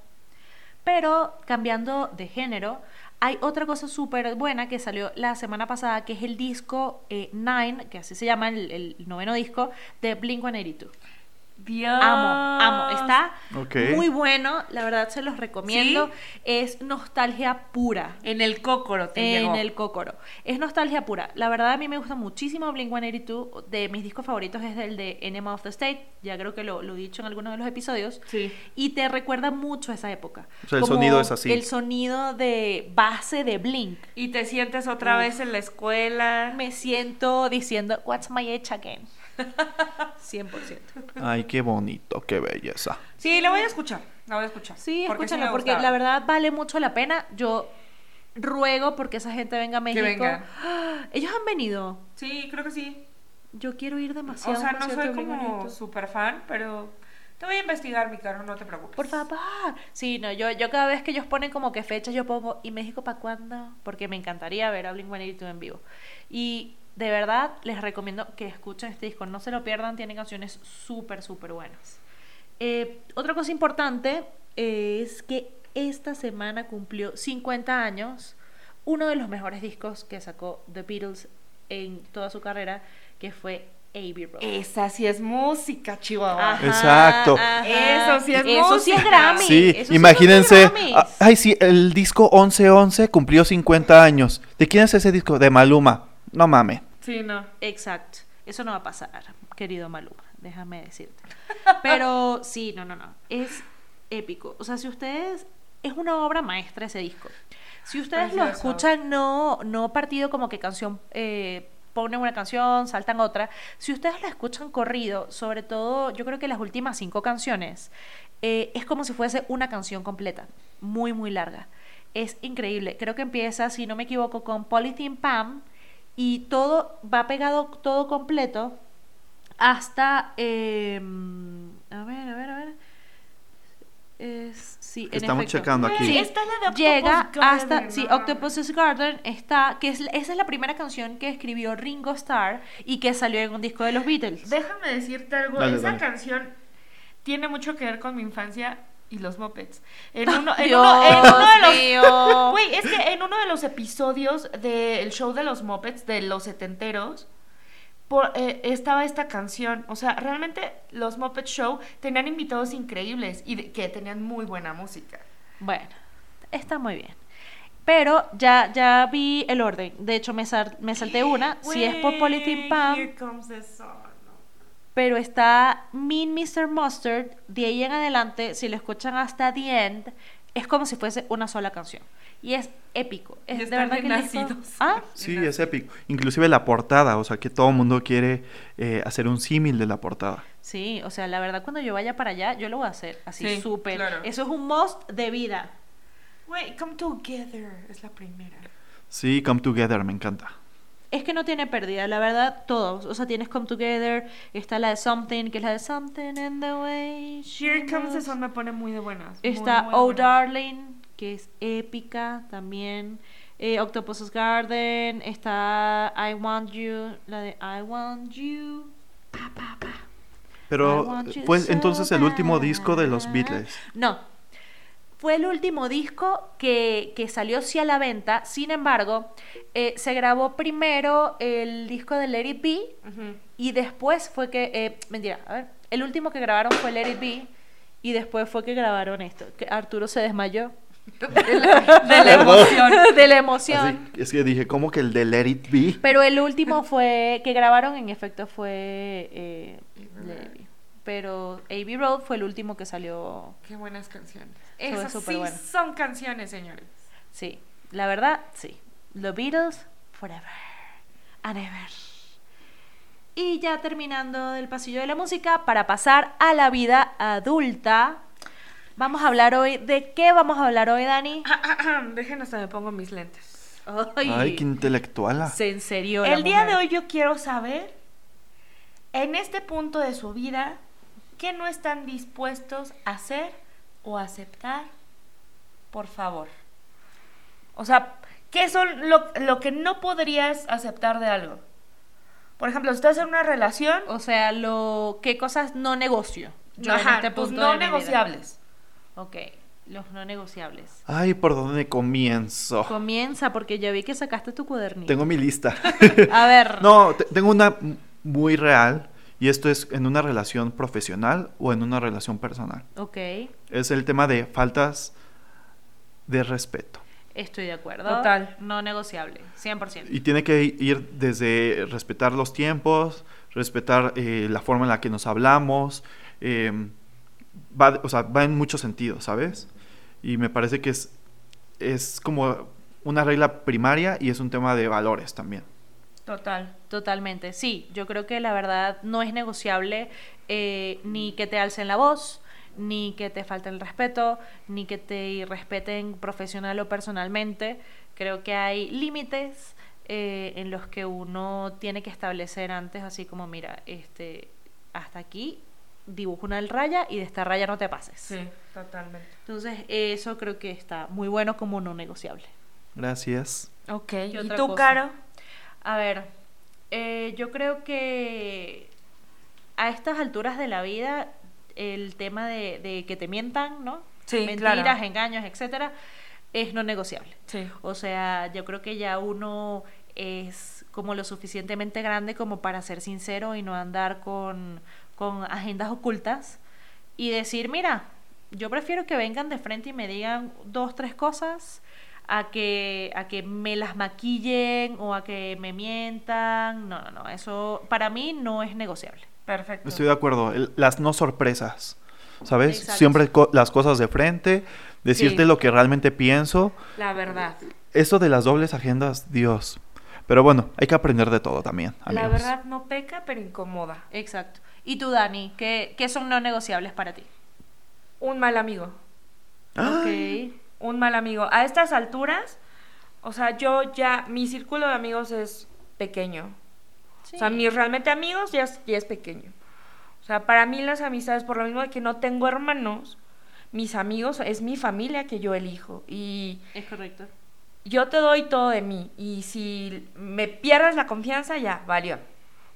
Pero cambiando de género, hay otra cosa súper buena que salió la semana pasada, que es el disco eh, Nine, que así se llama el, el noveno disco, de Blink-182.
Dios. Ah.
Amo, amo. Está
Ok.
muy bueno, la verdad se los recomiendo. Es nostalgia pura.
En el cócoro te
En
llegó.
el cócoro. Es nostalgia pura. La verdad, a mí me gusta muchísimo Blink 182. De mis discos favoritos es el de Enema of the State. Ya creo que lo, lo he dicho en algunos de los episodios.
Sí.
Y te recuerda mucho a esa época.
O sea, el sonido es así.
El sonido de base de Blink.
Y te sientes otra vez en la escuela.
Me siento diciendo, What's my age again? 100%.
Ay, qué bonito, qué belleza.
Sí, la voy a escuchar. La voy a escuchar.
Sí,
Porque sí
escúchalo,
me
porque
gustaba.
la verdad vale mucho la pena. Yo ruego porque esa gente venga a México.
venga.
¡Ah! Ellos han venido.
Sí, creo que sí.
Yo quiero ir
O
demasiado. a
sea,
un
no
concierto
soy
de
como
Blink-182.
super fan, pero te voy a investigar, mi caro, no te preocupes.
Por favor. Sí, no, yo, yo cada vez que ellos ponen como que fechas, yo pongo, ¿y México para cuándo? Porque me encantaría ver a Blink-182 en vivo. Y de verdad les recomiendo que escuchen este disco, no se lo pierdan, tiene canciones súper, súper buenas. Eh, otra cosa importante es que esta semana cumplió 50 años uno de los mejores discos que sacó The Beatles en toda su carrera, que fue Abbey Road.
Esa sí es música, chihuahua.
Ajá,
Exacto.
Eso sí es
Eso sí es
música.
Grammy.
Sí,
eso son
imagínense.
los Grammys.
ah, Ay, sí, el disco 1111 cumplió 50 años. ¿De quién es ese disco? De Maluma. No mames.
Sí, no.
Exacto. Eso no va a pasar, querido Maluma, déjame decirte. Pero sí, no, no, no. Es épico. O sea, si ustedes. Es una obra maestra ese disco. Si ustedes lo
Precioso.
escuchan, no, no partido como que canción. eh, ponen una canción, saltan otra. Si ustedes lo escuchan corrido, sobre todo, yo creo que las últimas cinco canciones, eh, es como si fuese una canción completa. Muy, muy larga. Es increíble. Creo que empieza, si no me equivoco, con Polythene Pam y todo va pegado todo completo hasta eh, a ver a ver a ver es sí
Que
en
estamos
efecto.
checando aquí.
Sí,
Está la de Octopus
llega
Garden,
hasta sí
¿no?
Octopus's Garden está que es esa es la primera canción que escribió Ringo Starr y que salió en un disco de los Beatles
Déjame decirte algo.
Dale,
Esa
dale.
canción tiene mucho que ver con mi infancia y los mopeds. En uno, en
Dios
uno, en uno de los.
mío.
Güey, es que en uno de los episodios del show de los mopeds de los setenteros. por- eh, estaba esta canción, o sea, realmente los Muppet Show tenían invitados increíbles y de- que tenían muy buena música.
Bueno, está muy bien. Pero ya, ya vi el orden. De hecho, me, sal- me salté una. si es por Politin
Politin
Pam, pero está Mean Mr. Mustard. De ahí en adelante, si lo escuchan hasta The End, es como si fuese una sola canción. Y es épico. Es
Y
de
están
verdad que el disco-
renacidos.
¿Ah?
Sí, es épico. Inclusive la portada, o sea, que todo el mundo quiere eh, hacer un símil de la portada.
Sí, o sea, la verdad, cuando yo vaya para allá, yo lo voy a hacer así,
Sí,
súper.
claro.
Eso es un must de vida.
Güey, Come Together es la primera.
Sí, Come Together, me encanta.
Es que no tiene pérdida, la verdad, todos. O sea, tienes Come Together, está la de Something, que es la de Something in the way. she
Here Comes the
moves.
Sun me pone muy de buenas. muy,
Está
muy de
Oh
buenas.
Darling, que es épica también. eh, Octopus's Garden, está I Want You, la de I Want You. Pa, pa, pa. I
Pero
want you
pues
so
entonces el último
bad.
disco de los Beatles.
No. Fue el último disco que, que salió sí a la venta. Sin embargo, eh, se grabó primero el disco de Let It Be
Ujú.
y después fue que... eh, mentira, a ver. El último que grabaron fue Let It Be y después fue que grabaron esto. Que Arturo se desmayó.
De la, de la
Perdón.
emoción.
de la emoción.
Así, es que dije, ¿cómo que el de Let It Be?
Pero el último fue que grabaron, en efecto, fue eh, Let It Be. Pero A.B. Road fue el último que salió.
Qué buenas canciones.
Estuvo
Esas sí
superbueno.
son canciones, señores.
Sí, la verdad, sí. Los Beatles, forever and ever. Y ya terminando del pasillo de la música, para pasar a la vida adulta, vamos a hablar hoy. ¿De qué vamos a hablar hoy, Dani?
Dejen hasta me pongo mis lentes.
Ay,
Ay, qué intelectuala.
se enserió. la
El día
mujer.
de hoy yo quiero saber, en este punto de su vida, ¿qué no están dispuestos a hacer o aceptar? Por favor. O sea, ¿qué son lo, lo que no podrías aceptar de algo? Por ejemplo, si estás en una relación,
O sea, lo qué cosas no negocio. Yo en
ajá,
este
tus
punto
no
de mi vida.
negociables.
Ok, los no negociables.
Ay, ¿por dónde comienzo?
Comienza porque ya vi que sacaste tu cuadernito.
Oh. Tengo mi lista.
A ver.
No, te- tengo una m- muy real y esto es en una relación profesional o en una relación personal.
Ok,
Es el tema de faltas de respeto.
estoy de acuerdo.
Total.
No negociable, 100%.
Y tiene que ir desde respetar los tiempos, respetar eh, la forma en la que nos hablamos. eh, va, o sea, va en muchos sentidos, ¿sabes? Y me parece que es, es como una regla primaria y es un tema de valores también.
Total.
Totalmente, sí. Yo creo que la verdad no es negociable eh, ni que te alcen la voz, ni que te falte el respeto, ni que te irrespeten profesional o personalmente. Creo que hay límites eh, en los que uno tiene que establecer antes, así como, mira, este, hasta aquí dibujo una raya y de esta raya no te pases.
Sí, totalmente.
Entonces, eso creo que está muy bueno como no negociable.
Gracias.
Ok.
¿Y
¿Y
otra
tú,
cosa?
Caro?
A ver, eh, yo creo que a estas alturas de la vida, el tema de, de que te mientan, ¿no?
Sí,
Mentiras,
claro.
engaños, etcétera, es no negociable.
Sí.
O sea, yo creo que ya uno es como lo suficientemente grande como para ser sincero y no andar con, con agendas ocultas y decir, mira, yo prefiero que vengan de frente y me digan dos, tres cosas a que, a que me las maquillen o a que me mientan. No, no, no, eso para mí no es negociable.
Perfecto.
Estoy de acuerdo. el- las no sorpresas. ¿Sabes?
Exacto.
Siempre co- las cosas de frente, decirte
Sí.
lo que realmente pienso.
La verdad.
Eso de las dobles agendas, Dios. Pero bueno, hay que aprender de todo también,
La
amigos.
verdad no peca, pero incomoda.
Exacto. Y tú, Dani, ¿qué, qué son no negociables para ti?
Un mal amigo.
Ay,
Ok.
Un mal amigo. A estas alturas, o sea, yo ya, mi círculo de amigos es pequeño. O sea,
Sí.
mis realmente amigos ya es, ya es pequeño. O sea, para mí las amistades, por lo mismo de que no tengo hermanos, mis amigos es mi familia que yo elijo. Y
Es correcto.
yo te doy todo de mí y si me pierdes la confianza, ya, valió.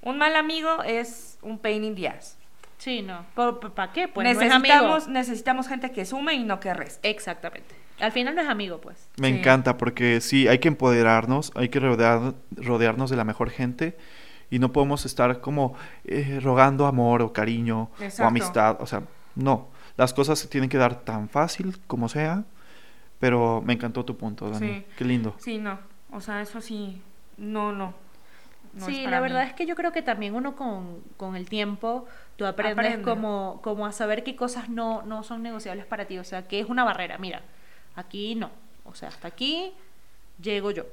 Un mal amigo es un pain in the ass.
Sí, no. ¿Para qué? Pues no es amigo.
necesitamos, necesitamos gente que sume y no que reste.
Exactamente. Al final no es amigo, pues.
Me
Sí.
encanta porque sí, hay que empoderarnos, hay que rodear- rodearnos de la mejor gente y no podemos estar como eh, rogando amor o cariño
Exacto.
o amistad. O sea, no. Las cosas se tienen que dar tan fácil como sea, pero me encantó tu punto, Dani.
Sí.
Qué lindo.
Sí, no. O sea, eso sí. No, no. No
sí,
es para
la
mí.
verdad es que yo creo que también uno con, con el tiempo, tú aprendes
Aprende.
como, como a saber qué cosas no, no son negociables para ti. O sea, que es una barrera. Mira, aquí no. O sea, hasta aquí llego yo.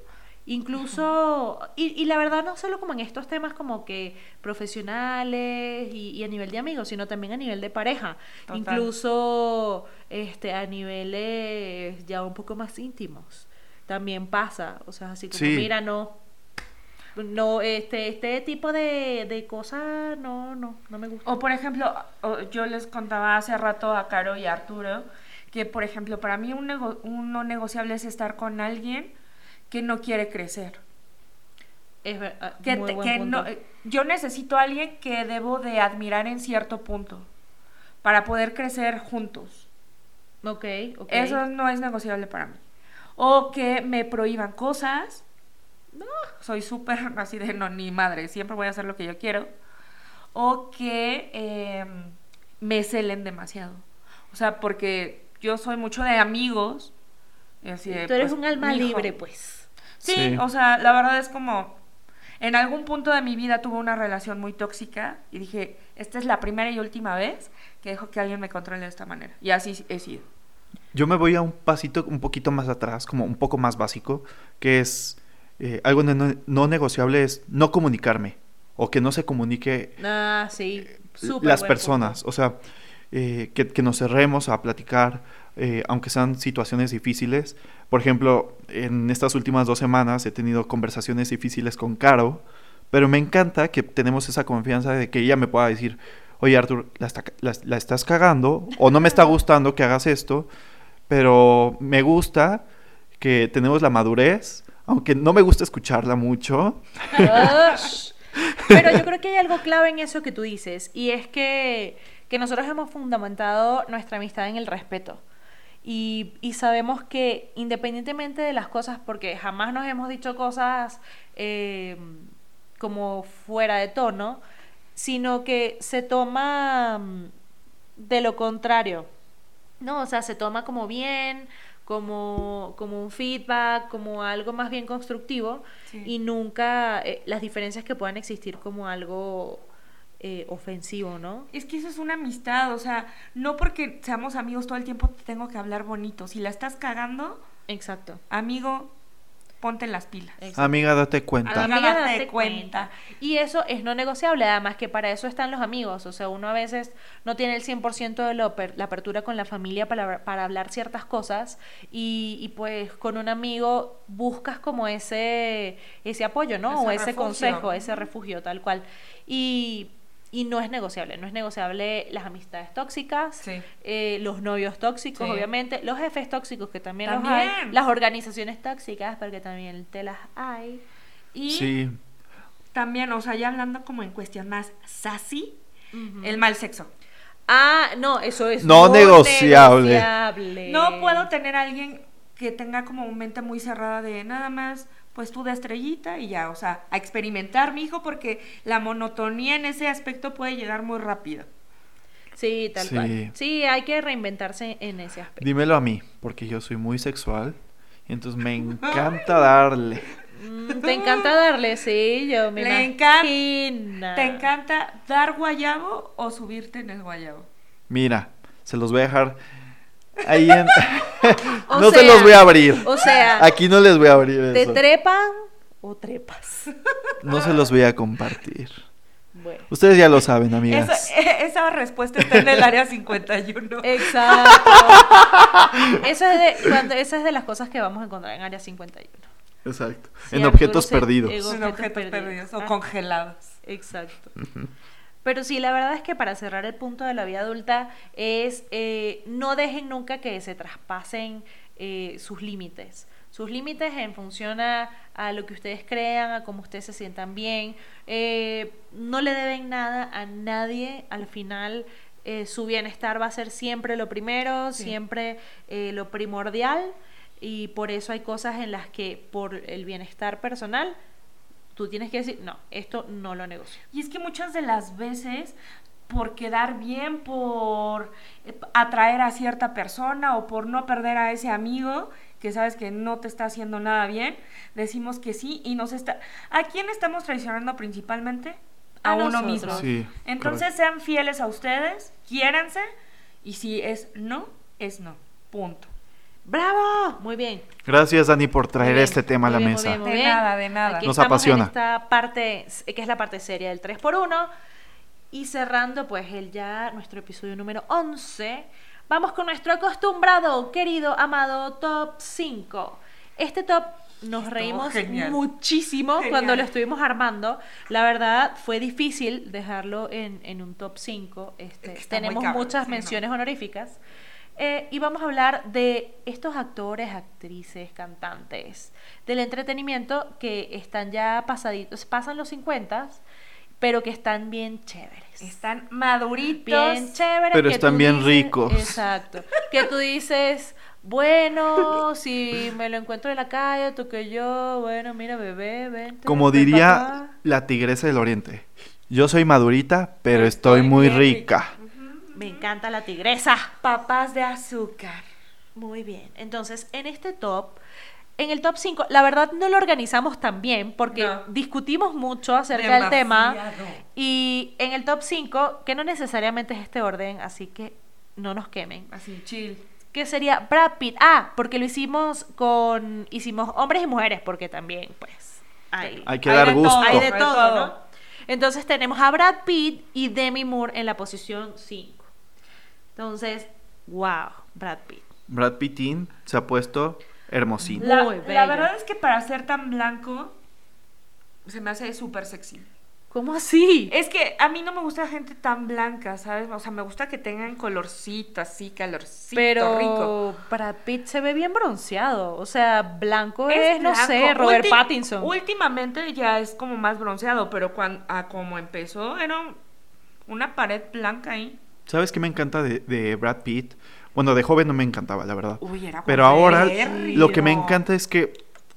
Incluso, y, y la verdad no solo como en estos temas como que profesionales y, y a nivel de amigos, sino también a nivel de pareja.
Total.
Incluso este, a niveles ya un poco más íntimos. También pasa, o sea, así como,
Sí.
mira, no, no, este, este tipo de, de cosas no, no, no me gusta.
O por ejemplo, o- yo les contaba hace rato a Caro y a Arturo que, por ejemplo, para mí un, nego- un no negociable es estar con alguien que no quiere crecer.
Es verdad.
Que,
muy
te-
buen
que
punto.
no, eh, yo necesito a alguien que debo de admirar en cierto punto para poder crecer juntos.
Ok, ok.
Eso no es negociable para mí. O que me prohíban cosas. No, soy súper así de no, ni madre, siempre voy a hacer lo que yo quiero. O que eh, me celen demasiado. O sea, porque yo soy mucho de amigos. y así de,
Tú eres
pues,
un alma
hijo.
libre, pues.
Sí,
Sí.
o sea, la verdad es como, en algún punto de mi vida tuve una relación muy tóxica y dije, esta es la primera y última vez que dejo que alguien me controle de esta manera. Y así he sido.
Yo me voy a un pasito un poquito más atrás, como un poco más básico, que es eh, algo no, no- no negociable es no comunicarme o que no se comunique
Ah, sí. súper
Eh, las
buen
personas. O sea, eh, que, que nos cerremos a platicar, eh, aunque sean situaciones difíciles. Por ejemplo, en estas últimas dos semanas he tenido conversaciones difíciles con Caro, pero me encanta que tenemos esa confianza de que ella me pueda decir, oye Arthur, la, está- la- la estás cagando o no me está gustando que hagas esto, pero me gusta que tenemos la madurez. Aunque no me gusta escucharla mucho,
Ush. Pero yo creo que hay algo clave en eso que tú dices, y es que, que nosotros hemos fundamentado nuestra amistad en el respeto. Y, y sabemos que independientemente de las cosas, porque jamás nos hemos dicho cosas eh, como fuera de tono, sino que se toma mm, de lo contrario. No, o sea, se toma como bien, como, como un feedback, como algo más bien constructivo
Sí.
y nunca eh, las diferencias que puedan existir como algo eh, ofensivo, ¿no?
Es que eso es una amistad, o sea, no porque seamos amigos todo el tiempo te tengo que hablar bonito. Si la estás cagando,
Exacto.
amigo, ponte las pilas.
Exacto.
amiga, date cuenta.
Amiga,
Amiga,
date
date
cuenta.
Y eso es no negociable, además que para eso están los amigos. O sea, uno a veces no tiene el 100% de la aper- la apertura con la familia para, para hablar ciertas cosas y, y, pues con un amigo buscas como ese, ese apoyo, ¿no?
Ese
o ese
refugio.
consejo, ese refugio, tal cual. Y, y no es negociable, no es negociable las amistades tóxicas,
Sí.
eh, los novios tóxicos,
Sí.
obviamente, los jefes tóxicos que también, los
También.
hay, las organizaciones tóxicas, porque también te las hay.
Y
Sí,
también, o sea, ya hablando como en cuestión más sassy,
Ujú.
el mal sexo.
Ah, no, eso es
No negociable.
negociable.
No puedo tener a alguien que tenga como un mente muy cerrada de nada más, pues tú de estrellita y ya, o sea, a experimentar, mi hijo, porque la monotonía en ese aspecto puede llegar muy rápido.
Sí, tal
Sí.
cual. Sí, hay que reinventarse en ese aspecto.
Dímelo a mí, porque yo soy muy sexual y entonces me encanta darle.
Mm, te encanta darle, sí, yo me
Le encanta-
encanta.
¿Te encanta dar guayabo o subirte en el guayabo?
Mira, se los voy a dejar ahí en...
O
no se
sea,
los voy a abrir.
O sea,
Aquí no les voy a abrir
te
eso.
trepan o trepas.
No se los voy a compartir.
Bueno.
Ustedes ya lo saben,
Esa,
amigas.
e- esa respuesta está en el área 51.
Exacto. Eso es, de, cuando, esa es de las cosas que vamos a encontrar en Área 51.
Exacto.
Sí,
en
Arturo
objetos
se-
perdidos.
eh,
Son
Objetos
objetos
perdidos.
perdidos o
Ah.
congelados.
Exacto. Pero sí, la verdad es que para cerrar el punto de la vida adulta es eh, no dejen nunca que se traspasen eh, sus límites. Sus límites en función a, a lo que ustedes crean, a cómo ustedes se sientan bien. Eh, no le deben nada a nadie. Al final, eh, su bienestar va a ser siempre lo primero,
Sí.
siempre eh, lo primordial. Y por eso hay cosas en las que, por el bienestar personal, tú tienes que decir, no, esto no lo negocio.
Y es que muchas de las veces, por quedar bien, por eh, atraer a cierta persona o por no perder a ese amigo que sabes que no te está haciendo nada bien, decimos que sí y nos está... ¿A quién estamos traicionando principalmente? A,
A
uno
nosotros.
mismo.
Sí,
Entonces sean fieles a ustedes, quiéranse y si es no, es no. Punto.
¡Bravo! Muy bien.
Gracias, Dani, por traer
Muy
este
bien,
tema a
muy
la
bien, muy
mesa.
bien, muy
De
bien.
nada, de nada.
Aquí
Nos
estamos
apasiona.
En esta parte, que es la parte seria del 3x1. Y cerrando, pues, el ya nuestro episodio número 11, vamos con nuestro acostumbrado, querido, amado top 5. Este top nos reímos
genial.
muchísimo
Genial.
cuando lo estuvimos armando. La verdad, fue difícil dejarlo en, en un top 5. Este,
Es que está muy
tenemos
cabrón,
muchas
sí, no.
menciones honoríficas. Eh, y vamos a hablar de estos actores, actrices, cantantes del entretenimiento que están ya pasaditos, pasan los 50, pero que están bien chéveres.
Están maduritos.
bien chéveres.
Pero
que
están
tú
bien
dices-
ricos.
Exacto. Que tú dices, bueno, si me lo encuentro en la calle, tú que yo, bueno, mira, bebé, vente.
Como
ven pa'
diría
acá".
la tigresa del oriente, yo soy madurita, pero estoy
estoy
muy
bien rica.
rica.
Me encanta la tigresa.
Papás de azúcar.
Muy bien. Entonces, en este top, en el top 5, la verdad no lo organizamos tan bien porque
No.
discutimos mucho acerca del tema. Y en el top 5, que no necesariamente es este orden, así que no nos quemen.
Así, chill.
Que sería Brad Pitt. Ah, porque lo hicimos con. Hicimos hombres y mujeres, porque también, pues. Hay,
Hay que dar
de
gusto.
todo,
hay de todo, ¿no? Entonces tenemos a Brad Pitt y Demi Moore en la posición 5. Entonces, wow, Brad Pitt.
Brad Pittin se ha puesto hermosín.
La,
Muy
la
bello.
verdad es que para ser tan blanco se me hace súper sexy.
¿Cómo así?
Es que a mí no me gusta gente tan blanca, ¿sabes? O sea, me gusta que tengan colorcito, así, calorcito,
Pero
rico.
Brad Pitt se ve bien bronceado. O sea, blanco es,
Es
pues, no
blanco.
sé, Robert
Ulti-
Pattinson.
Últimamente ya es como más bronceado, pero cuando, a como empezó era un- una pared blanca ahí.
¿Sabes qué me encanta de, de Brad Pitt? Bueno, de joven no me encantaba, la verdad.
Uy, era
Pero ahora
guapérrimo.
lo que me encanta es que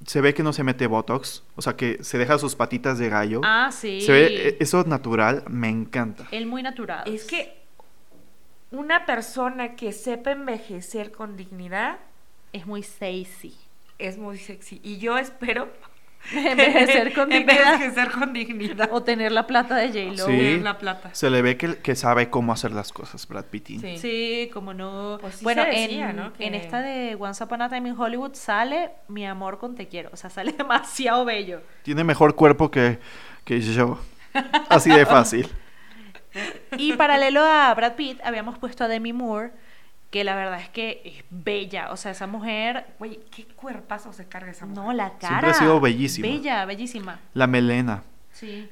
se ve que no se mete Botox, o sea, que se deja sus patitas de gallo.
Ah, sí.
Se ve e- eso natural, me encanta.
Él muy natural.
Es que una persona que sepa envejecer con dignidad
es muy sexy.
es muy sexy. Y yo espero
Envejecer con dignidad.
envejecer con dignidad.
o tener la plata de J-Lo.
Sí.
Tener la plata.
Se le ve que, que sabe cómo hacer las cosas, Brad Pittin.
Sí.
Sí, como no.
Pues sí
bueno,
se decía,
en,
¿no? Que-
en esta de Once Upon a Time in Hollywood sale Mi amor con Te quiero. O sea, sale demasiado bello.
Tiene mejor cuerpo que, que yo. Así de fácil.
Y paralelo a Brad Pitt, habíamos puesto a Demi Moore, que la verdad es que es bella. O sea, esa mujer
Güey, qué cuerpazo se carga esa mujer.
No, la
Siempre
cara.
ha sido bellísima.
Bella, bellísima.
La melena.
Sí.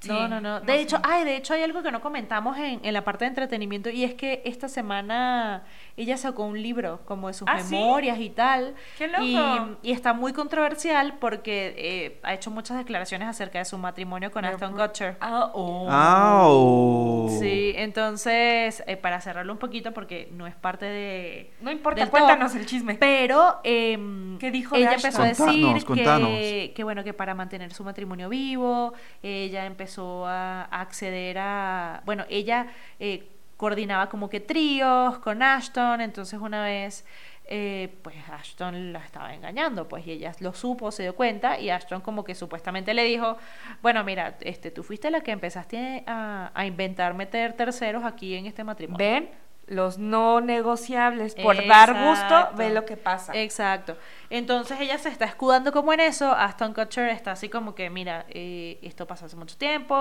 Sí,
No, no, no.
no
De
sé.
hecho, ay, de hecho hay algo que no comentamos en, en la parte de entretenimiento y es que esta semana ella sacó un libro como de sus
¿Ah, sí?
memorias y tal.
¡Qué loco!
Y, y está muy controversial porque eh, ha hecho muchas declaraciones acerca de su matrimonio con Aston Kutcher.
Ah, oh.
¡Au!
Sí, entonces, eh, para cerrarlo un poquito porque no es parte de...
No importa,
del
cuéntanos
top.
el chisme.
Pero em,
¿Qué dijo
ella
de
empezó a
Ashton?
decir
Contanos, contanos.
Que, que, bueno que para mantener su matrimonio vivo, ella empezó a, a acceder a bueno ella eh, coordinaba como que tríos con Ashton, entonces una vez eh, pues Ashton la estaba engañando, pues y ella lo supo, se dio cuenta y Ashton como que supuestamente le dijo, bueno mira este tú fuiste la que empezaste a, a inventar meter terceros aquí en este matrimonio.
Ven, los no negociables. Por dar gusto,
Exacto.
ve lo que pasa.
Exacto. Entonces ella se está escudando como en eso. Aston Kutcher está así como que, mira, eh, esto pasó hace mucho tiempo,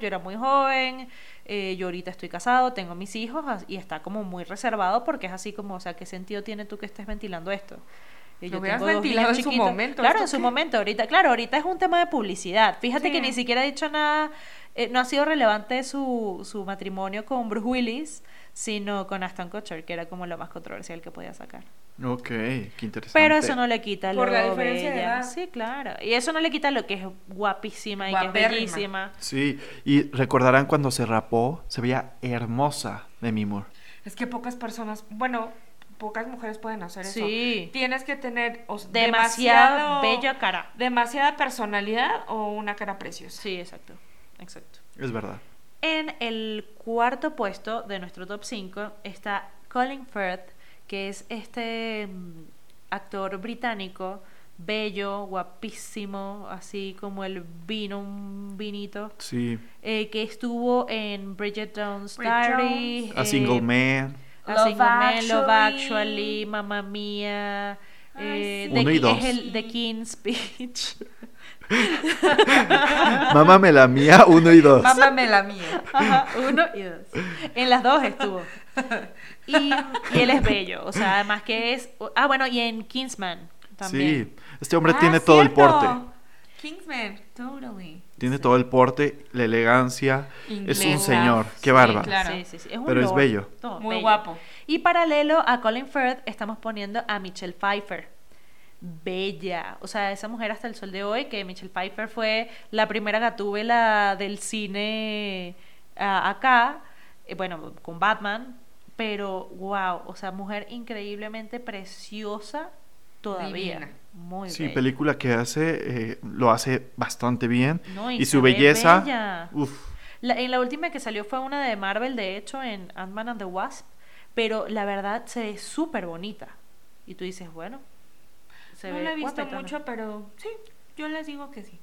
yo era muy joven, eh, yo ahorita estoy casado, tengo mis hijos as- y está como muy reservado porque es así como, o sea, ¿qué sentido tiene tú que estés ventilando esto? Eh,
Lo hubieras
tengo dos
ventilado
niños
en su
chiquitos.
momento,
Claro,
¿esto
en su
qué?
momento. Ahorita, claro, ahorita es un tema de publicidad. Fíjate
Sí.
que ni siquiera ha dicho nada, eh, no ha sido relevante su, su matrimonio con Bruce Willis, sino con Aston Kutcher, que era como lo más controversial que podía sacar.
Ok, qué interesante.
Pero eso no le quita lo
Por la diferencia de
bella.
edad.
Sí, claro. Y eso no le quita lo que es guapísima y que es
Guapérrima.
bellísima.
Sí, y recordarán cuando se rapó, se veía hermosa de Moore.
Es que pocas personas, bueno, pocas mujeres pueden hacer
Sí.
eso. Tienes que tener o sea,
Demasiado,
demasiado-
bella cara.
demasiada personalidad o una cara preciosa.
Sí, exacto. Exacto.
Es verdad.
En el cuarto puesto de nuestro top 5 está Colin Firth, que es este mm, actor británico, bello, guapísimo, así como el vino, un vinito.
Sí.
eh, que estuvo en Bridget Jones'
Bridget
Diary,
A
eh,
Single Man.
A
Love
Single Man, Love
Actually.
Actually, Mamma Mía.
Ay,
eh,
sí.
The
Uno y
Ki-
dos.
Es el The King's Speech.
Mamá me la mía, uno y dos.
Mámame la mía.
Ajá, uno y dos. En las dos estuvo. Y, y él es bello. O sea, además que es. Ah, bueno, y en Kingsman también.
Sí, este hombre
Ah,
tiene todo el
cierto.
porte.
Kingsman, totally.
Tiene todo el porte, la elegancia. Es un
Inglesa.
señor.
Sí,
Qué barba.
claro.
Sí, sí, sí. un
Pero es
lord.
bello.
No,
Muy
bello.
guapo.
Y paralelo a Colin Firth estamos poniendo a Michelle Pfeiffer. Bella. O sea, esa mujer hasta el sol de hoy, que Michelle Pfeiffer fue la primera gatúbela del cine ah, acá, eh, bueno, con Batman, pero wow, o sea, mujer increíblemente preciosa todavía.
Divina.
Muy
Sí,
bella.
película que hace, eh, lo hace bastante bien.
No, y
y,
se
su
ve
belleza.
bella.
Uf.
La- en la última que salió fue una de Marvel, de hecho, en Ant-Man and the Wasp, pero la verdad se ve súper bonita. Y tú dices, bueno, se
no
ve
la he visto
guapa y todo.
mucho, pero sí, yo les digo que sí.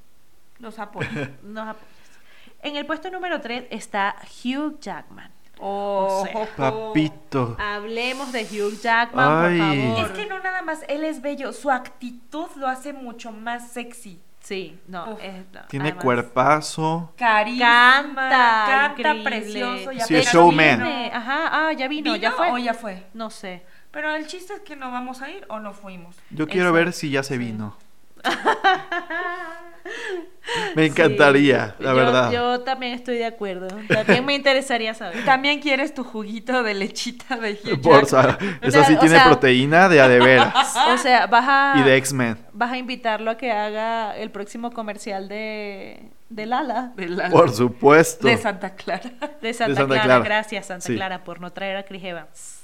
Los apoyo.
Nos apoyas. En el puesto número 3 está Hugh Jackman.
Oh,
sea,
Papito.
Ah, Hablemos de Hugh Jackman,
Ay.
por favor.
Es que no nada más, él es bello, su actitud lo hace mucho más sexy.
Sí, no.
Uf.
es- no,
Tiene
además-
cuerpazo.
Carisma,
Canta,
canta
increíble.
precioso. Y
Sí, es
apenas
showman.
vino.
Tiene- Ajá, ah, ya vino,
¿Vino
ya fue.
o ya fue?
No sé.
Pero el chiste es que no vamos a ir o no fuimos.
Yo quiero
Eso.
ver si ya se vino. Me encantaría,
Sí.
la
Yo-
verdad.
Yo también estoy de acuerdo. También me interesaría saber.
También quieres tu juguito de lechita de Hugh Jackman?
Por sa-
O
esa
sea,
sí
o
tiene
sea-
proteína de a de veras
O sea, vas a...
y de X-Men.
vas a invitarlo a que haga el próximo comercial de, de Lala,
De, la-
Por supuesto.
de Santa Clara.
de Santa,
Santa
Clara.
Clara.
Gracias, Santa
Sí.
Clara, por no traer a Chris Evans.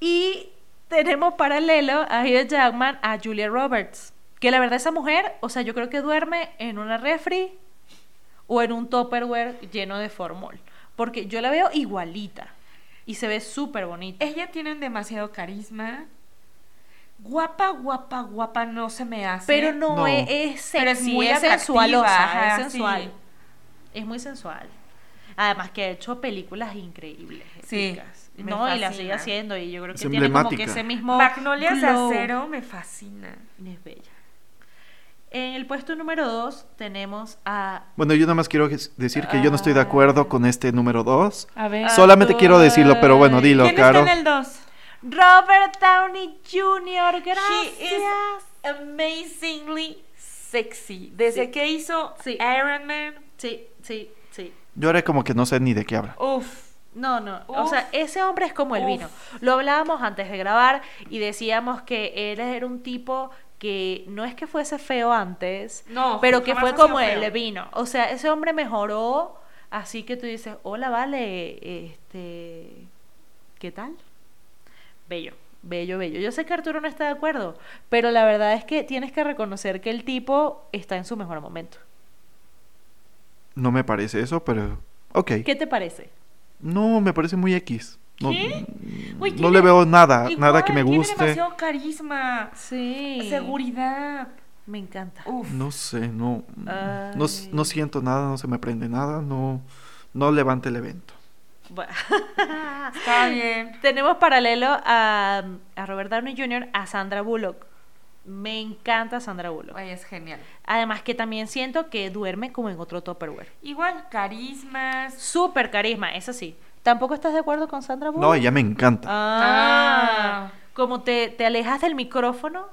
Y tenemos paralelo a Hugh Jackman a Julia Roberts, que la verdad esa mujer, o sea, yo creo que duerme en una refri o en un Tupperware lleno de formol, porque yo la veo igualita y se ve súper bonita.
Ella tiene demasiado carisma. Guapa, guapa, guapa no se me hace.
Pero no,
No.
Es, es sexy,
Pero
es,
es muy
sensual, o sea,
atractiva,
es
ajá, sí.
sensual. Es muy sensual. Además que ha hecho películas increíbles,
Sí,
épicas.
me
no, y las
fascina.
sigue haciendo y yo creo
Es
que tiene como que
emblemática.
ese mismo
Magnolias de
glow.
acero me fascina.
Es bella. En el puesto número 2 tenemos a
Bueno, yo nada más quiero ges- decir que yo no estoy de
Ah.
acuerdo con este número 2.
A ver.
Solamente quiero decirlo, pero bueno, dilo,
¿Quién
Caro.
está en el 2?
Robert Downey Jr. Gracias.
amazingly sexy. Desde
Sí.
que hizo
Sí.
Iron Man,
Sí, sí, sí.
Yo haré como que no sé ni de qué habla.
uff.
No, no. o
Uf.
sea, ese hombre es como el
Uf.
vino. Lo hablábamos antes de grabar y decíamos que él era un tipo que no es que fuese feo antes,
No,
pero que
jamás
fue
ha sido
como
feo.
el vino. O sea, ese hombre mejoró, así que tú dices, hola, vale, este, ¿qué tal? Bello, bello, bello. Yo sé que Arturo no está de acuerdo, pero la verdad es que tienes que reconocer que el tipo está en su mejor momento.
No me parece eso, pero ok.
¿Qué te parece?
No, me parece muy X. No, mm,
¿Qué? Uy,
no
tiene-
le veo nada,
Igual,
Ah, nada que me
Tiene
guste.
demasiado carisma,
Sí.
seguridad.
Me encanta.
Uf.
No sé, no, no, s- no
Ay.
siento nada, no se me prende nada, no, no levanta el evento.
Bueno. Ah.
Está bien.
Tenemos paralelo a, a Robert Downey Jr. a Sandra Bullock. Me encanta Sandra Bullock.
Ay, es genial.
Además que también siento que duerme como en otro Tupperware.
Igual, carismas.
Súper carisma, eso sí. ¿Tampoco estás de acuerdo con Sandra Bullock?
No, ella me encanta.
Ah,
Ah.
Como te, te alejas del micrófono,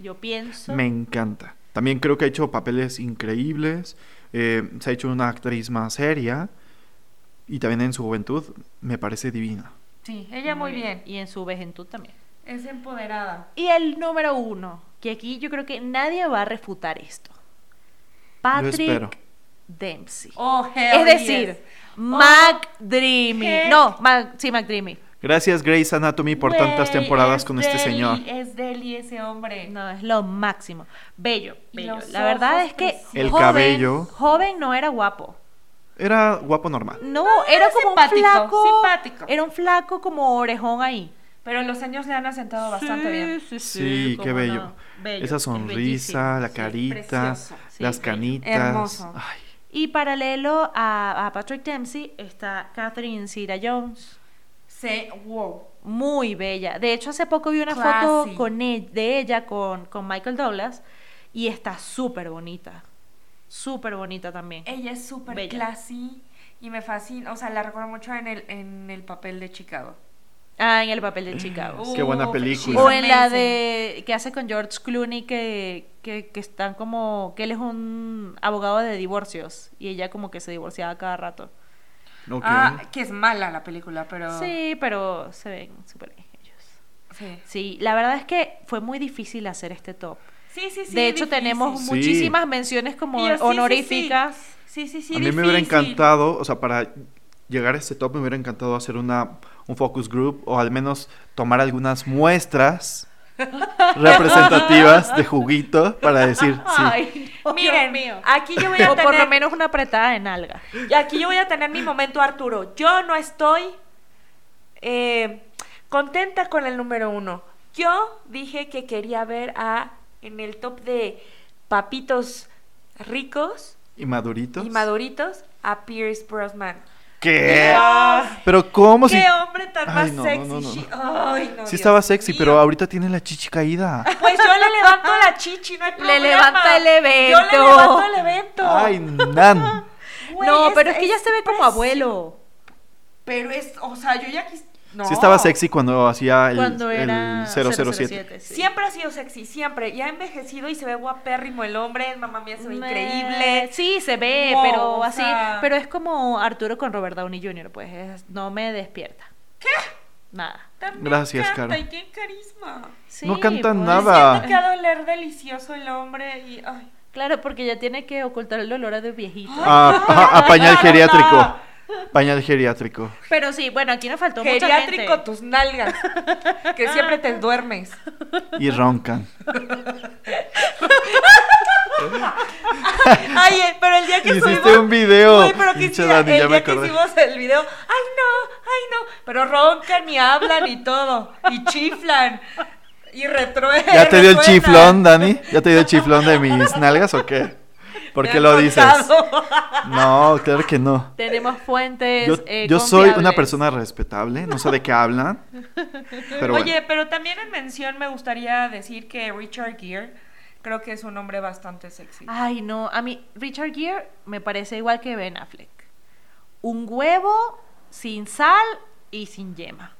yo pienso.
Me encanta. También creo que ha hecho papeles increíbles. eh, se ha hecho una actriz más seria. Y también en su juventud me parece divina.
Sí, ella muy bien.
Y en su juventud también.
Es empoderada.
Y el número uno, que aquí yo creo que nadie va a refutar esto.
espero.
Patrick Dempsey.
Oh,
Es
hell
decir,
yes.
McDreamy.
heck.
No, Mac- sí, McDreamy.
Gracias Grey's Anatomy por tantas
Güey,
temporadas
es
con este
deli,
señor.
Es Deli ese hombre.
No, es lo máximo. Bello,
Y
bello.
los
La verdad
ojos
es que
preciosos.
El cabello.
joven no era guapo.
Era guapo normal.
No,
No,
era
era
como
simpático,
un flaco.
simpático.
Era un flaco como orejón ahí.
Pero los años le han asentado bastante bien.
Sí,
Sí, qué
cómo
bello.
no. Bello,
Esa
es
sonrisa,
bellísimo.
la carita,
precioso.
Sí,
las
bello.
canitas.
Hermoso.
Ay,
Y paralelo a, a Patrick Dempsey está Catherine Zira Jones.
Se, wow.
muy bella. De hecho, hace poco vi una
Classy.
foto con e- de ella con, con Michael Douglas y está súper bonita. Súper bonita también.
Ella es súper
Bella.
classy y me fascina. O sea, la recuerdo mucho en el, en el papel de Chicago.
Ah, en el papel de Chicago.
Qué buena
Uh,
película.
O
she's
en la
amazing.
de que hace con George Clooney que, que, que están como que él es un abogado de divorcios y ella como que se divorciaba cada rato.
Ok.
Ah, que es mala la película, pero...
Sí, pero se ven súper bien ellos.
Sí,
Sí, la verdad es que fue muy difícil hacer este top.
sí, sí. sí,
de hecho,
difícil.
tenemos
Sí.
muchísimas menciones
Y yo,
como
sí, sí, sí.
honoríficas.
Sí, sí, sí,
a mí me hubiera
difícil.
encantado, o sea, para llegar a este top me hubiera encantado hacer una, un focus group o al menos tomar algunas muestras representativas de juguito para decir, sí,
Ay, no, Dios
Miren,
mío.
aquí yo voy a
O por lo
tener-
menos una apretada de nalga.
Y aquí yo voy a tener mi momento, Arturo. Yo no estoy eh, contenta con el número uno. Yo dije que quería ver a en el top de papitos ricos
¿y maduritos?
y maduritos a Pierce Brosnan.
¿Qué?
Dios,
Pero Eh. ¿cómo si,
¡Qué hombre tan
Ay,
más
no, no,
sexy!
no, no.
She- Ay, no,
si
Dios
estaba sexy,
mío.
pero ahorita tiene la chichi caída?
Pues yo le levanto la chichi, no hay problema.
levanta el evento.
Yo le levanto el evento.
Ay, nan.
Güey,
no, pero es que ya se ve como
preci-
abuelo.
Pero es, o sea, yo ya quis... No.
Sí estaba sexy cuando hacía el,
cuando
el
era
007.
007, sí.
Siempre ha sido sexy, siempre. Ya ha envejecido y se ve guapérrimo el hombre. Mamá mía, se ve
Me-
increíble.
Sí, se ve,
Wow,
pero
o
así.
sea-
Pero es como Arturo con Robert Downey Jr., pues es- no me despierta. ¿Qué? Nada.
También
Gracias,
canta,
Caro.
Y qué carisma.
Sí,
No cantan
pues,
nada.
Siento que ha de oler delicioso el hombre y... Ay.
Claro, porque ya tiene que ocultar el olor a de viejito.
Ah, ajá, a pañal geriátrico. Pañal geriátrico.
Pero sí, bueno, aquí nos faltó mucha
Geriátrico
gente.
tus nalgas. Que siempre te duermes.
Y roncan.
Ay, eh, pero el día que
Hiciste
subimos-
un video.
Güey, pero que
Pinche
hiciera-
Dani,
el
ya me
día que
acordé.
hicimos el video, ay no, ay no, pero roncan y hablan y todo, y chiflan, y retrue-
¿Ya te dio el
resuenan.
chiflón, Dani? ¿Ya te dio el chiflón de mis nalgas o qué? ¿Por
Me
qué
han
lo dices?
contado.
No, claro que no.
Tenemos fuentes.
Yo,
eh,
yo soy una
confiables.
persona respetable, no sé de qué hablan. Pero
Oye,
bueno,
pero también en mención me gustaría decir que Richard Gere creo que es un hombre bastante sexy.
Ay, no, a mí Richard Gere me parece igual que Ben Affleck. Un huevo sin sal y sin yema.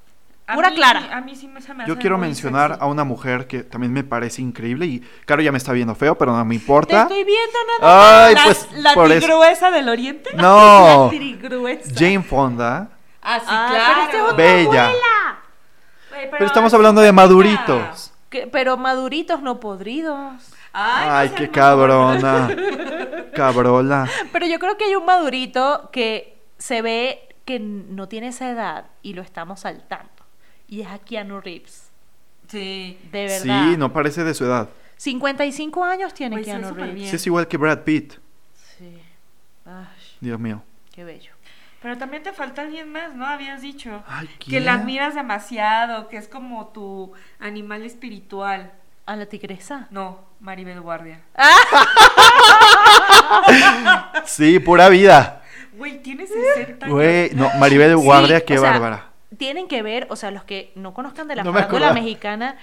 A
Pura
mí-
clara.
A mí sí me se me
yo
hace
quiero
muy
mencionar
sexy.
a una mujer que también me parece increíble y claro, ya me está viendo feo, pero no me importa.
Te estoy viendo nada
Ay,
la,
pues
la
por eso.
tigruesa del oriente.
No.
Tirigruesa.
Jane Fonda.
Ah, sí,
Ah,
claro.
pero esta es otra
Bella.
abuela.
Güey,
Pero estamos hablando de maduritos.
Que- pero maduritos no podridos.
Ay, pues no
Ay,
sean
qué
mamones.
cabrona. Cabrola.
Pero yo creo que hay un madurito que se ve que no tiene esa edad y lo estamos saltando. Y es a Keanu Reeves.
Sí.
De verdad.
Sí, no parece de su edad.
55 años tiene
Pues sí,
Keanu
súper
Reeves.
bien.
Sí, es igual que Brad Pitt.
Sí. Ay,
Dios mío.
qué bello.
Pero también te falta alguien más, ¿no? Habías dicho.
Ay,
Que
¿quién?
la admiras demasiado, que es como tu animal espiritual.
A la tigresa.
No, Maribel Guardia.
Sí, pura vida.
Güey, tienes 60 años.
Güey, no, Maribel Guardia,
Sí,
qué
o sea,
bárbara.
Tienen que ver, o sea, los que no conozcan de la
No me
farándula
acordaba.
mexicana,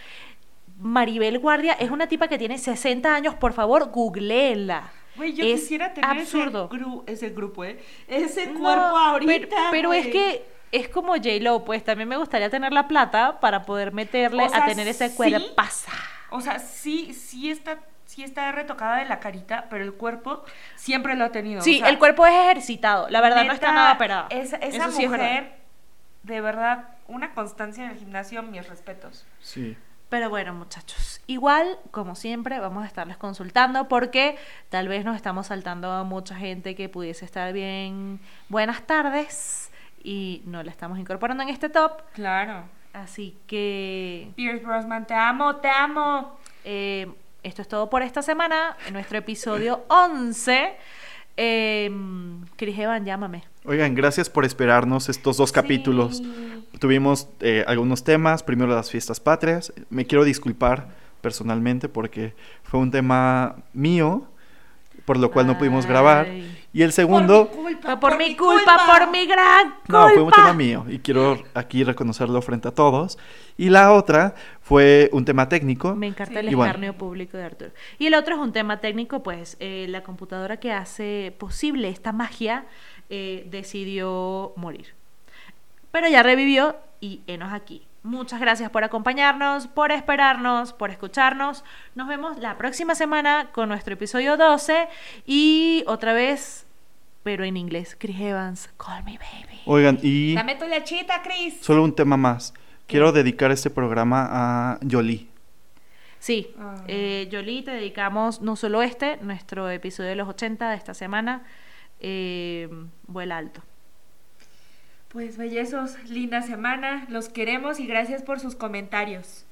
Maribel Guardia es una tipa que tiene 60 años, por favor, googleela.
Güey, yo
es
quisiera tener
absurdo.
Ese, gru- ese grupo, ¿eh? Ese
No,
cuerpo ahorita.
Pero, pero
güey.
es que es como J-Lo, pues también me gustaría tener la plata para poder meterle
O sea,
a tener ese
sí.
cuerpaza.
O sea, sí, sí está, sí está retocada de la carita, pero el cuerpo siempre lo ha tenido. o
Sí,
sea,
el cuerpo es ejercitado, la verdad no está
Neta,
nada operada.
Esa, esa
Eso sí es verdad.
mujer, de verdad, una constancia en el gimnasio, mis respetos.
Sí.
Pero bueno, muchachos, igual, como siempre, vamos a estarles consultando porque tal vez nos estamos saltando a mucha gente que pudiese estar bien. Buenas tardes y no la estamos incorporando en este top.
Claro.
Así que
Pierce Brosnan, te amo, te amo.
eh, esto es todo por esta semana, en nuestro episodio 11. Eh, Cris Evan, llámame.
Oigan, gracias por esperarnos estos dos capítulos.
Sí.
Tuvimos eh, algunos temas, primero las fiestas patrias. Me quiero disculpar personalmente porque fue un tema mío, por lo cual no pudimos grabar.
Ay.
Y el segundo,
Por mi
Fue
culpa,
por, mi culpa, por mi gran culpa.
no, fue un tema mío y quiero aquí reconocerlo frente a todos. Y la otra fue un tema técnico.
Me encanta el
Y bueno.
escarnio público de Arturo. Y el otro es un tema técnico, pues eh, la computadora que hace posible esta magia eh, decidió morir. pero ya revivió y enos aquí. Muchas gracias por acompañarnos, por esperarnos, por escucharnos. Nos vemos la próxima semana con nuestro episodio 12 y otra vez, pero en inglés, Chris Evans, Call Me Baby.
Oigan, y
Dame tu lechita, Chris.
solo un tema más. Quiero dedicar este programa a Jolie.
Sí,
Ah.
eh, Yoli, te dedicamos no solo este, nuestro episodio de los 80 de esta semana, eh, vuela alto.
Pues bellezos, linda semana. Los queremos y gracias por sus comentarios.